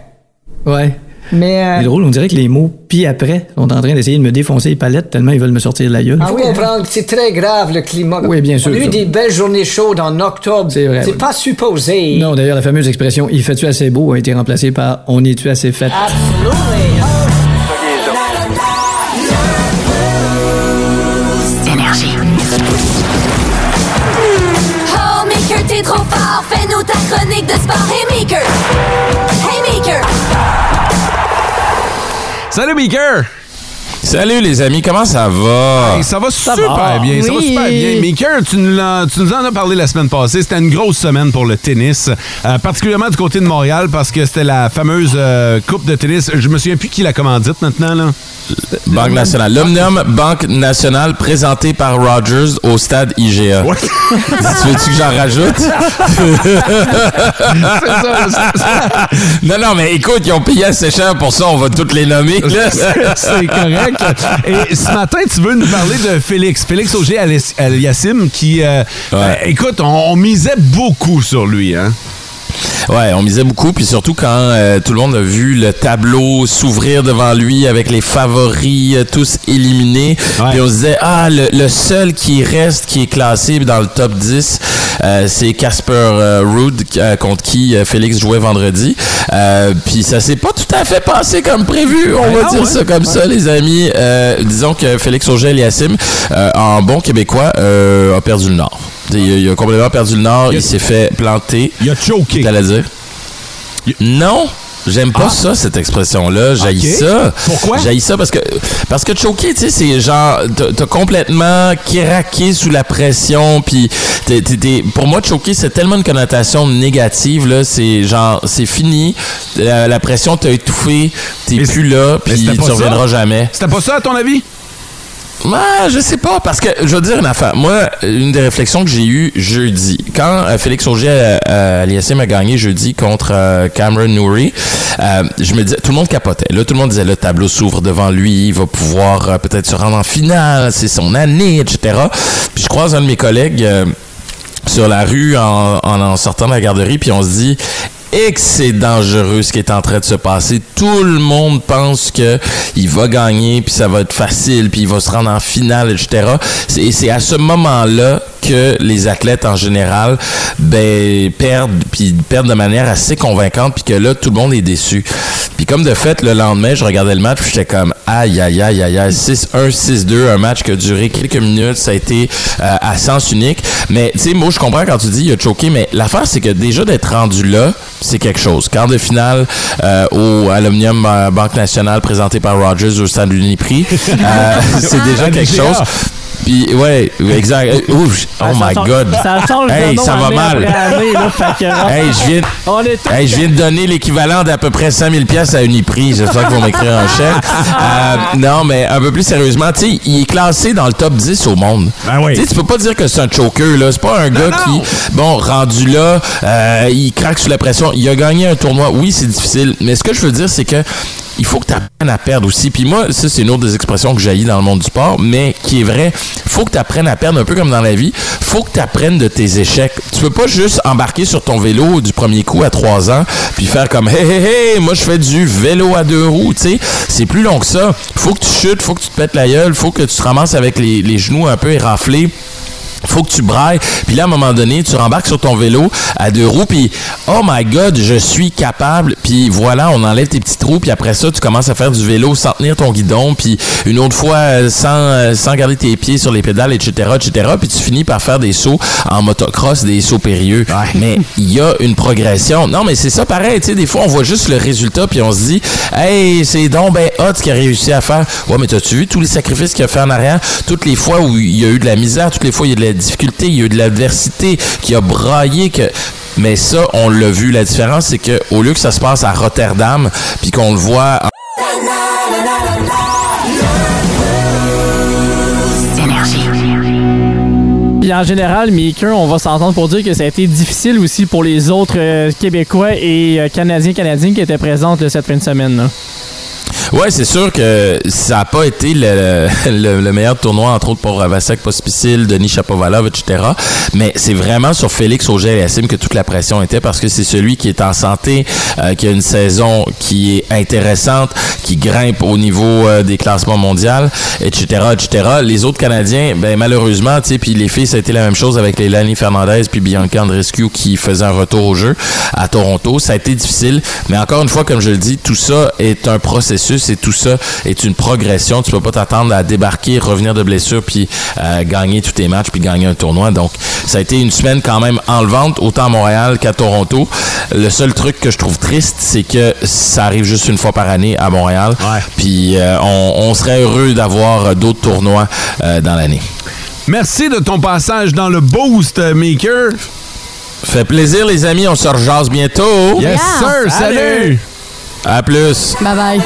Ouais.
Mais... euh,
C'est drôle, on dirait que les mots pis après sont en train d'essayer de me défoncer les palettes tellement ils veulent me sortir de la gueule.
Il Ah, faut comprendre que c'est très grave le climat.
Oui, bien sûr,
On a eu
ça.
des belles journées chaudes en octobre. C'est
vrai,
C'est
oui.
pas supposé.
Non, d'ailleurs, la fameuse expression il fait-tu assez beau a été remplacée par on est-tu assez fait.
Ah.
Oh, Maker, t'es trop fort. Fais-nous ta chronique de sport. Hey, Maker. Hey, Maker.
Salut, Maker!
Salut les amis, comment ça va?
Hey, ça va super bien, ça va
Oui.
super bien. Maker, tu nous, l'as- tu nous en as parlé la semaine passée. C'était une grosse semaine pour le tennis, euh, particulièrement du côté de Montréal parce que c'était la fameuse euh, coupe de tennis. Je me souviens plus qui la commandite maintenant là.
Banque nationale. L'Omnium Banque nationale présenté par Rogers au stade IGA. tu veux-tu que j'en rajoute? non, non, mais écoute, ils ont payé assez cher pour ça, on va toutes les nommer. là.
C'est c'est correct. Et ce matin, tu veux nous parler de Félix. Félix Auger Aliassim qui, euh, euh, écoute, on, on misait beaucoup sur lui. Hein?
Ouais, on misait beaucoup, puis surtout quand euh, tout le monde a vu le tableau s'ouvrir devant lui avec les favoris euh, tous éliminés, puis on se disait ah le, le seul qui reste qui est classé dans le top 10, euh, c'est Casper euh, Ruud euh, contre qui euh, Félix jouait vendredi. Euh, puis ça s'est pas tout à fait passé comme prévu, on va
Ah
dire
ouais?
ça comme ça les amis. Euh, disons que Félix auger aliassime en bon québécois euh, a perdu le nord. Il a, il a complètement perdu le nord, il s'est fait planter.
Il a choqué.
T'allais dire. Non, j'aime pas
Ah.
ça, cette expression-là. J'haïs
Ok.
ça.
Pourquoi?
J'haïs ça parce que, parce que choqué, tu sais, c'est genre, t'as- t'as complètement craqué sous la pression, puis t'es- t'es- t'es- pour moi, choqué, c'est tellement une connotation négative, là. C'est genre, c'est fini, la, la pression t'a étouffé, t'es plus là, puis
c'était
tu
pas ça?
reviendras jamais.
C'était pas ça à ton avis?
Ah, je sais pas, parce que je veux dire une affaire. Moi, une des réflexions que j'ai eues jeudi, quand euh, Félix Auger euh, euh, à l'ISM a gagné jeudi contre euh, Cameron Nouri, euh, je me disais, tout le monde capotait. Là, tout le monde disait, le tableau s'ouvre devant lui, il va pouvoir euh, peut-être se rendre en finale, c'est son année, etc. Puis je croise un de mes collègues euh, sur la rue en, en, en sortant de la garderie, puis on se dit, et que c'est dangereux ce qui est en train de se passer. Tout le monde pense que il va gagner, puis ça va être facile, puis il va se rendre en finale, etc. Et c'est à ce moment-là que les athlètes en général ben, perdent, puis perdent de manière assez convaincante, puis que là, tout le monde est déçu. Puis comme de fait, le lendemain, je regardais le match, puis j'étais comme, aïe, aïe, aïe, aïe, aïe, 6-1, 6-2, un match qui a duré quelques minutes, ça a été euh, à sens unique. Mais, tu sais, moi, je comprends quand tu dis, il a choqué, mais l'affaire, c'est que déjà d'être rendu là, c'est quelque chose. Quart de finale euh, au Alumnium euh, Banque Nationale présenté par Rogers au Stade Uniprix, euh, c'est
Ah,
déjà quelque chose. Puis, ouais, exact. Ouf, oh
Ça
my
change-
God.
ça change de
hey,
nom
ça va
année
mal.
après année, là, fait que-
Hey, je viens,
On est tous-
hey, je viens de donner l'équivalent d'à peu près 100 000 pièces à Uniprix. J'espère qu'ils vont m'écrire en chèque. Euh, non, mais un peu plus sérieusement, tu sais, il est classé dans le top 10 au monde.
Ben
Tu sais, tu peux pas dire que c'est un choker, là. C'est pas un gars qui, bon, rendu là, euh, il craque sous la pression. Il a gagné un tournoi. Oui, c'est difficile. Mais ce que je veux dire, c'est que il faut que tu apprennes à perdre aussi. Puis moi, ça, c'est une autre des expressions que j'haïs dans le monde du sport, mais qui est vrai. faut que tu apprennes à perdre un peu comme dans la vie. faut que tu apprennes de tes échecs. Tu peux pas juste embarquer sur ton vélo du premier coup à 3 ans, puis faire comme, hé, hé, hé, moi, je fais du vélo à deux roues, tu sais. C'est plus long que ça. faut que tu chutes, faut que tu te pètes la gueule, faut que tu te ramasses avec les, les genoux un peu éraflés faut que tu brailles. Puis là, à un moment donné, tu rembarques sur ton vélo à deux roues, puis oh my god, je suis capable. Puis voilà, on enlève tes petits trous, puis après ça, tu commences à faire du vélo sans tenir ton guidon, puis une autre fois, euh, sans, euh, sans garder tes pieds sur les pédales, etc., etc. Puis tu finis par faire des sauts en motocross, des sauts périlleux. Mais il y a une progression. Non, mais c'est ça pareil, tu sais, des fois, on voit juste le résultat, puis on se dit, hey, c'est donc ben hot ce qu'il a réussi à faire. Ouais, mais t'as-tu vu tous les sacrifices qu'il a fait en arrière? Toutes les fois où il y a eu de la misère, toutes les fois où il y a eu de la difficulté, il y a eu de l'adversité, qu'il a braillé, que. Mais ça, on l'a vu. La différence, c'est que au lieu que ça se passe à Rotterdam, puis qu'on le voit en-
Puis en général, Maker, on va s'entendre pour dire que ça a été difficile aussi pour les autres euh, Québécois et euh, Canadiens canadiennes qui étaient présentes là, cette fin de semaine. là.
Ouais, c'est sûr que ça n'a pas été le, le- le meilleur tournoi, entre autres pour euh, Vasek Pospisil, Denis Chapovalov, etc. Mais c'est vraiment sur Félix Auger et Assim que toute la pression était parce que c'est celui qui est en santé, euh, qui a une saison qui est intéressante, qui grimpe au niveau euh, des classements mondiaux, etc., etc. Les autres Canadiens, ben malheureusement, tu sais, puis les filles, ça a été la même chose avec les Lani Fernandez puis Bianca Andrescu qui faisaient un retour au jeu à Toronto. Ça a été difficile, mais encore une fois, comme je le dis, tout ça est un processus et tout ça est une progression. Tu peux pas t'attendre à débarquer, revenir de blessure, puis euh, gagner tous tes matchs, puis gagner un tournoi. Donc, ça a été une semaine quand même enlevante, autant à Montréal qu'à Toronto. Le seul truc que je trouve triste, c'est que ça arrive juste une fois par année à Montréal. Puis euh, on, on serait heureux d'avoir euh, d'autres tournois euh, dans l'année.
Merci de ton passage dans le Boost euh, Maker.
Fait plaisir, les amis. On se rejase bientôt.
Yes, Yeah. sir. Salut. Salut.
À plus.
Bye bye.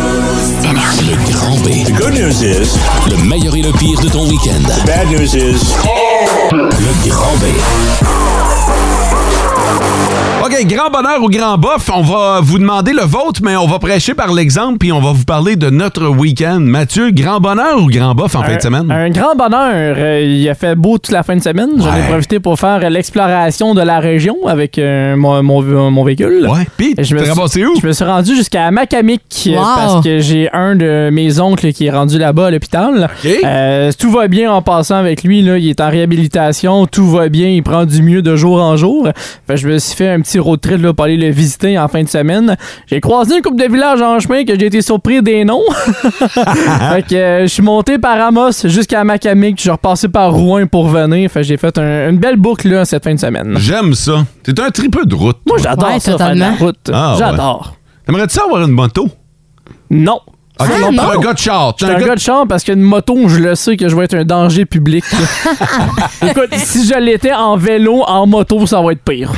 Le grand B. Le meilleur et le pire de ton week-end. Le grand B.
OK, grand bonheur ou grand bof, on va vous demander le vôtre, mais on va prêcher par l'exemple, puis on va vous parler de notre week-end. Mathieu, grand bonheur ou grand bof en fin de semaine?
Un grand bonheur. Euh, il a fait beau toute la fin de semaine. J'en ai
Ouais.
profité pour faire euh, l'exploration de la région avec euh, mon, mon, mon véhicule.
Ouais. Puis,
Et je me
t'es
suis-
ramassé où?
Je me suis rendu jusqu'à Macamic euh,
Wow.
parce que j'ai un de mes oncles qui est rendu là-bas à l'hôpital. Euh, tout va bien en passant avec lui. Là. Il est en réhabilitation. Tout va bien. Il prend du mieux de jour en jour. Fait que je me suis fait un petit road trip là, pour aller le visiter en fin de semaine. J'ai croisé une couple de villages en chemin que j'ai été surpris des noms. fait que euh, je suis monté par Amos jusqu'à Macamic. Je suis repassé par Rouen pour venir. Fait que j'ai fait un- une belle boucle là, cette fin de semaine.
J'aime ça. T'es un tripeux de route.
Moi, j'adore
Ouais,
ça, faire de la
totalement.
route.
Ah, ouais.
j'adore.
T'aimerais-tu avoir une moto?
Non.
OK,
Ah,
t'es
non.
un gars de char. T'es
J'ai un gars de chambre parce qu'une moto, je le sais que je vais être un danger public. Écoute, si je l'étais en vélo, en moto, ça va être pire.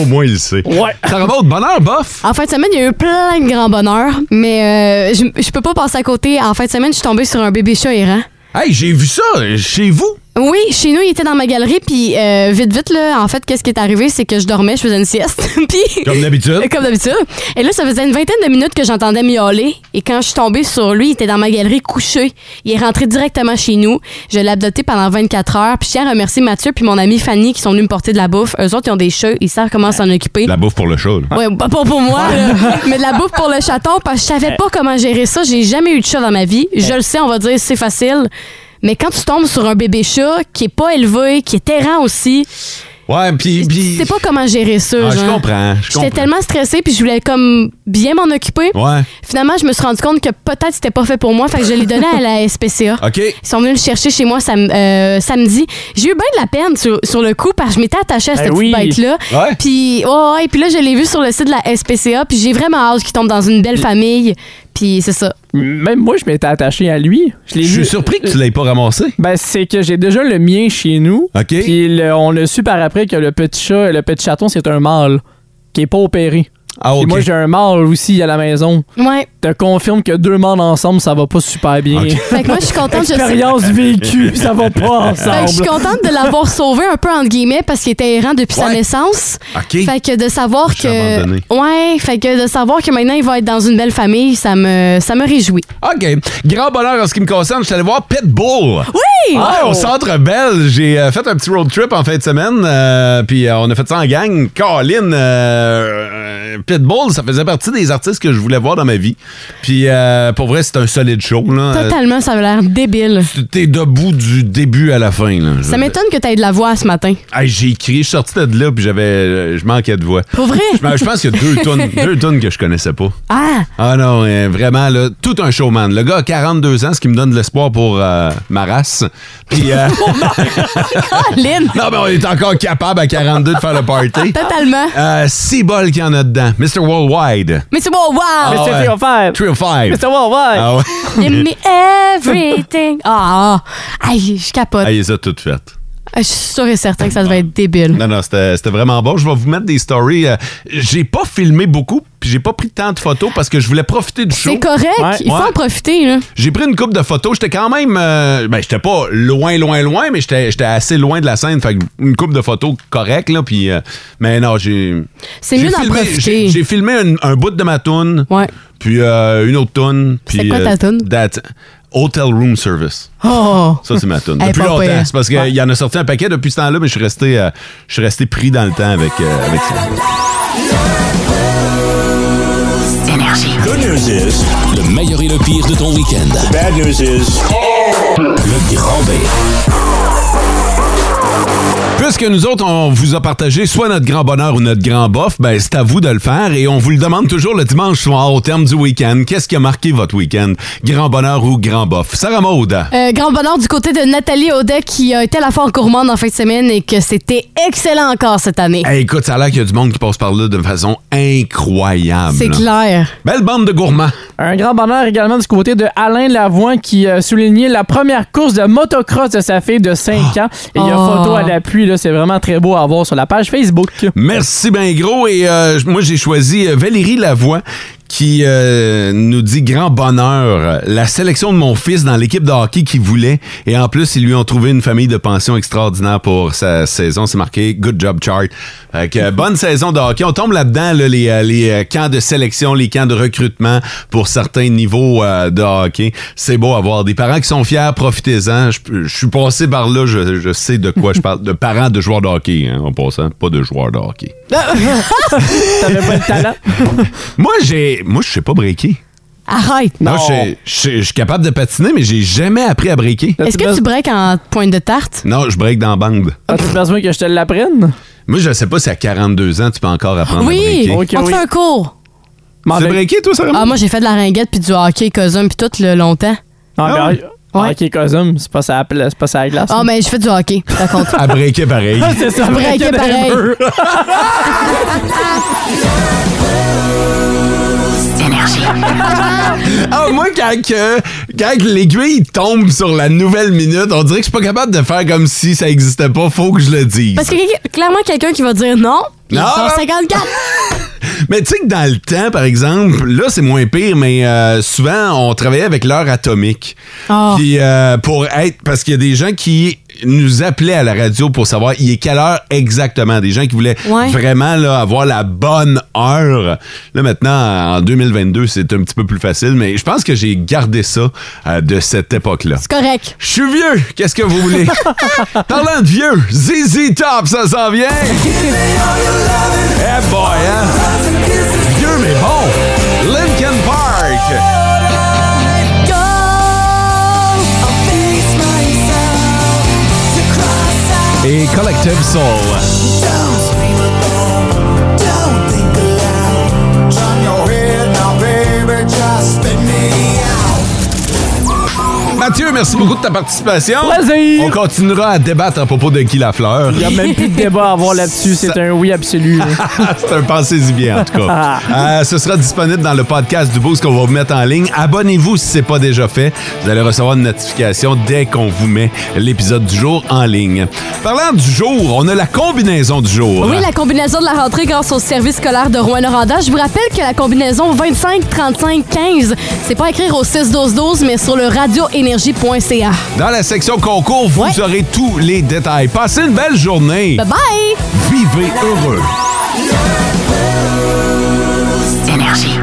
Au moins, il le sait.
Ouais.
Ça remonte. Bonheur, bof.
En fin de semaine, il y a eu plein de grands bonheurs, mais euh, je, je peux pas passer à côté. En fin de semaine, je suis tombée sur un bébé chat errant.
Hey, j'ai vu ça euh, chez vous.
Oui, chez nous, il était dans ma galerie, puis euh, vite, vite, là, en fait, qu'est-ce qui est arrivé, c'est que je dormais, je faisais une sieste, puis...
Comme d'habitude.
Comme d'habitude. Et là, ça faisait une vingtaine de minutes que j'entendais miauler, et quand je suis tombée sur lui, il était dans ma galerie couché. Il est rentré directement chez nous. Je l'ai adopté pendant 24 heures, puis je tiens à remercier Mathieu puis mon ami Fanny qui sont venus me porter de la bouffe. Eux autres, ils ont des chats, ils savent comment s'en occuper.
La bouffe pour le chat. là.
Ouais, pas pour, pour moi,
Ah.
là, mais de la bouffe pour le chaton, parce que je savais pas comment gérer ça. J'ai jamais eu de chat dans ma vie. Je le sais, on va dire, c'est facile. Mais quand tu tombes sur un bébé chat qui est pas élevé, qui est errant aussi,
Ouais, puis...
tu sais pas comment gérer ça.
Ah, je
genre.
comprends, je
J'étais
comprends.
tellement stressée, puis je voulais comme bien m'en occuper.
Ouais.
Finalement, je me suis rendu compte que peut-être c'était pas fait pour moi, fait que je l'ai donné à la SPCA.
OK.
Ils sont venus le chercher chez moi sam- euh, samedi. J'ai eu bien de la peine sur, sur le coup parce que je m'étais attachée à
Ben
cette
oui.
petite bête-là.
Ouais.
Puis, ouais, ouais, puis là, je l'ai vu sur le site de la SPCA, puis j'ai vraiment hâte qu'il tombe dans une belle famille. Puis c'est ça.
Même moi, je m'étais attaché à lui. l'ai
Je suis
vu-
surpris que tu l'aies pas ramassé.
Ben, c'est que j'ai déjà le mien chez nous. Puis le- on a su par après que le petit chat, le petit chaton, c'est un mâle qui est pas opéré.
Ah,
Puis
ok.
moi, j'ai un mâle aussi à la maison.
Ouais.
Te confirme que deux mâles ensemble, ça va pas super bien.
Fait que moi, je suis contente, je sais-
Expérience vécue, ça va
Ah
pas
Fait
ensemble.
que je suis contente de l'avoir sauvé un peu entre guillemets parce qu'il était errant depuis sa
Ouais.
naissance.
OK.
Fait que de savoir
Je t'ai
que
abandonné.
ouais, fait que de savoir que maintenant il va être dans une belle famille, ça me ça me réjouit.
OK. Grand bonheur en ce qui me concerne, je suis allé voir Pitbull.
Oui!
Ouais,
Oh!
au centre Bell. J'ai euh, fait un petit road trip en fin de semaine, euh, puis euh, on a fait ça en gang. Colin, euh, euh, Pitbull, ça faisait partie des artistes que je voulais voir dans ma vie. Puis euh, pour vrai, c'est un solide show. Là. Euh,
Totalement, ça a l'air débile.
T'es debout du début à la fin. Là. Je-
Ça m'étonne que t'aies de la voix ce matin.
Hey, j'ai écrit, je suis sorti de là, puis j'avais, euh, je manquais de voix.
Pour vrai?
Je je pense qu'il y a deux tonnes, deux tonnes que je connaissais pas.
Ah!
Ah non, euh, vraiment, là, tout un showman. Le gars a 42 ans, ce qui me donne de l'espoir pour euh, ma race. Puis, euh,
Colin!
non, mais on est encore capable à 42 de faire le party.
Totalement.
Euh, c'est bol qu'il y en a dedans. Mr. Worldwide.
Mais c'est bon, wow!
Ah ouais. Trio Five.
Mr.
Worldwide.
Ah ouais.
Give me everything. Ah, ah. aïe, je capote. Ah,
Ah, il les a toutes faites.
Je suis sûre et certain que ça devait être débile.
Non, non, c'était c'était vraiment bon. Je vais vous mettre des stories. Euh, j'ai pas filmé beaucoup, puis j'ai pas pris tant de photos parce que je voulais profiter du show.
C'est correct, il faut
Ouais.
en profiter là.
J'ai pris une coupe de photos. J'étais quand même. euh, ben, j'étais pas loin, loin, loin, mais j'étais j'étais assez loin de la scène. Fait que une coupe de photos correcte, là. Puis. euh, mais non, j'ai.
C'est
j'ai
mieux d'en
filmé-
profiter.
j'ai- J'ai filmé un, un bout de ma toune. Puis euh, une autre toune.
C'est
puis,
quoi ta toune?
that- Hotel Room Service.
Oh!
Ça, c'est ma toune.
Elle est
Depuis
pas
longtemps.
pire.
C'est parce qu'il y en a sorti un paquet depuis ce temps-là, mais je suis resté, euh, je suis resté pris dans le temps avec, euh, avec ça.
Énergie.
Good news is. Le meilleur et le pire de ton week-end. bad news is. Le grand B.
Puisque nous autres, on vous a partagé soit notre grand bonheur ou notre grand bof, ben c'est à vous de le faire et on vous le demande toujours le dimanche soir au terme du week-end. Qu'est-ce qui a marqué votre week-end? Grand bonheur ou grand bof? Sarah Maud.
Euh, grand bonheur du côté de Nathalie Audet qui a été à la foire gourmande en fin de semaine et que c'était excellent encore cette année.
Hey, écoute, ça a l'air qu'il y a du monde qui passe par là de façon incroyable.
C'est clair.
Belle bande de gourmands.
Un grand bonheur également du côté de Alain Lavoie qui a souligné la première course de motocross de sa fille de 5
Ah.
ans. Et il y a
Oh.
photo à l'appui, là, c'est vraiment très beau à voir sur la page Facebook.
Merci ben gros et euh, j- moi j'ai choisi euh, Valérie Lavoie qui euh, nous dit grand bonheur euh, la sélection de mon fils dans l'équipe de hockey qu'il voulait et en plus ils lui ont trouvé une famille de pension extraordinaire pour sa saison c'est marqué good job chart Fait que, euh, bonne saison de hockey on tombe là-dedans là, les, euh, les euh, camps de sélection les camps de recrutement pour certains niveaux euh, de hockey c'est beau à voir des parents qui sont fiers profitez-en je, peux- je suis passé par là je, je sais de quoi je parle de parents de joueurs de hockey hein, en passant pas de joueurs de hockey
T'avais pas le talent.
moi, j'ai. Moi, je sais pas breaker.
Arrête.
Moi, je- je je suis capable de patiner, mais j'ai jamais appris à breaker.
Est-ce que tu breaks en pointe de tarte?
Non, je break dans la bande.
As-tu besoin que je te l'apprenne?
Moi, je sais pas si à 42 ans, tu peux encore apprendre
oui,
à breaker.
on te fait un cours.
Tu sais breaker, toi, Sarah?
Ah, moi, j'ai fait de la ringuette puis du hockey, cousin, puis tout le longtemps.
Ah, mais, ah, ok, Cosum, c'est pas ça, c'est pas ça la glace.
Ah, mais je fais du hockey, ça compte.
À breaker pareil.
Ah, c'est ça,
Je breakais
breaker
pareil.
never.
Énergie.
Ah, moi, quand, que- quand l'aiguille tombe sur la nouvelle minute, on dirait que je suis pas capable de faire comme si ça existait pas. Faut que je le dise.
Parce que quelqu'un- clairement, quelqu'un qui va dire non, Non!
Non!
54!
Mais tu sais que dans le temps, par exemple, là, c'est moins pire, mais euh, souvent, on travaillait avec l'heure atomique.
Ah.
Puis, euh, pour être. Parce qu'il y a des gens qui nous appelaient à la radio pour savoir il est quelle heure exactement. Des gens qui voulaient
Ouais.
vraiment là, avoir la bonne heure. Là, maintenant, en 2022, c'est un petit peu plus facile, mais je pense que j'ai gardé ça euh, de cette époque-là.
C'est correct.
Je suis vieux. Qu'est-ce que vous voulez? Parlant de vieux, ZZ Top, ça s'en vient. Eh boy, hein? Vieux mais bon. Linkin Park.
Oh,
Et Collective Soul. Mathieu, merci beaucoup de ta participation.
Plaisir.
On continuera à débattre à propos de Guy Lafleur.
Il n'y a même plus de débat à avoir là-dessus. C'est
Ça-
un oui absolu.
Ah, C'est un pensez-y bien, en tout cas. Euh, ce sera disponible dans le podcast du Boost qu'on va vous mettre en ligne. Abonnez-vous si ce n'est pas déjà fait. Vous allez recevoir une notification dès qu'on vous met l'épisode du jour en ligne. Parlant du jour, on a la combinaison du jour.
Oui, la combinaison de la rentrée grâce au service scolaire de Rouen-Noranda. Je vous rappelle que la combinaison 25-35-15, c'est pas à écrire au 6-12-12, mais sur le radioénergie.ca.
Dans la section concours, vous aurez tous les détails. Passez une belle journée.
Bye bye!
Vivez heureux.
Énergie.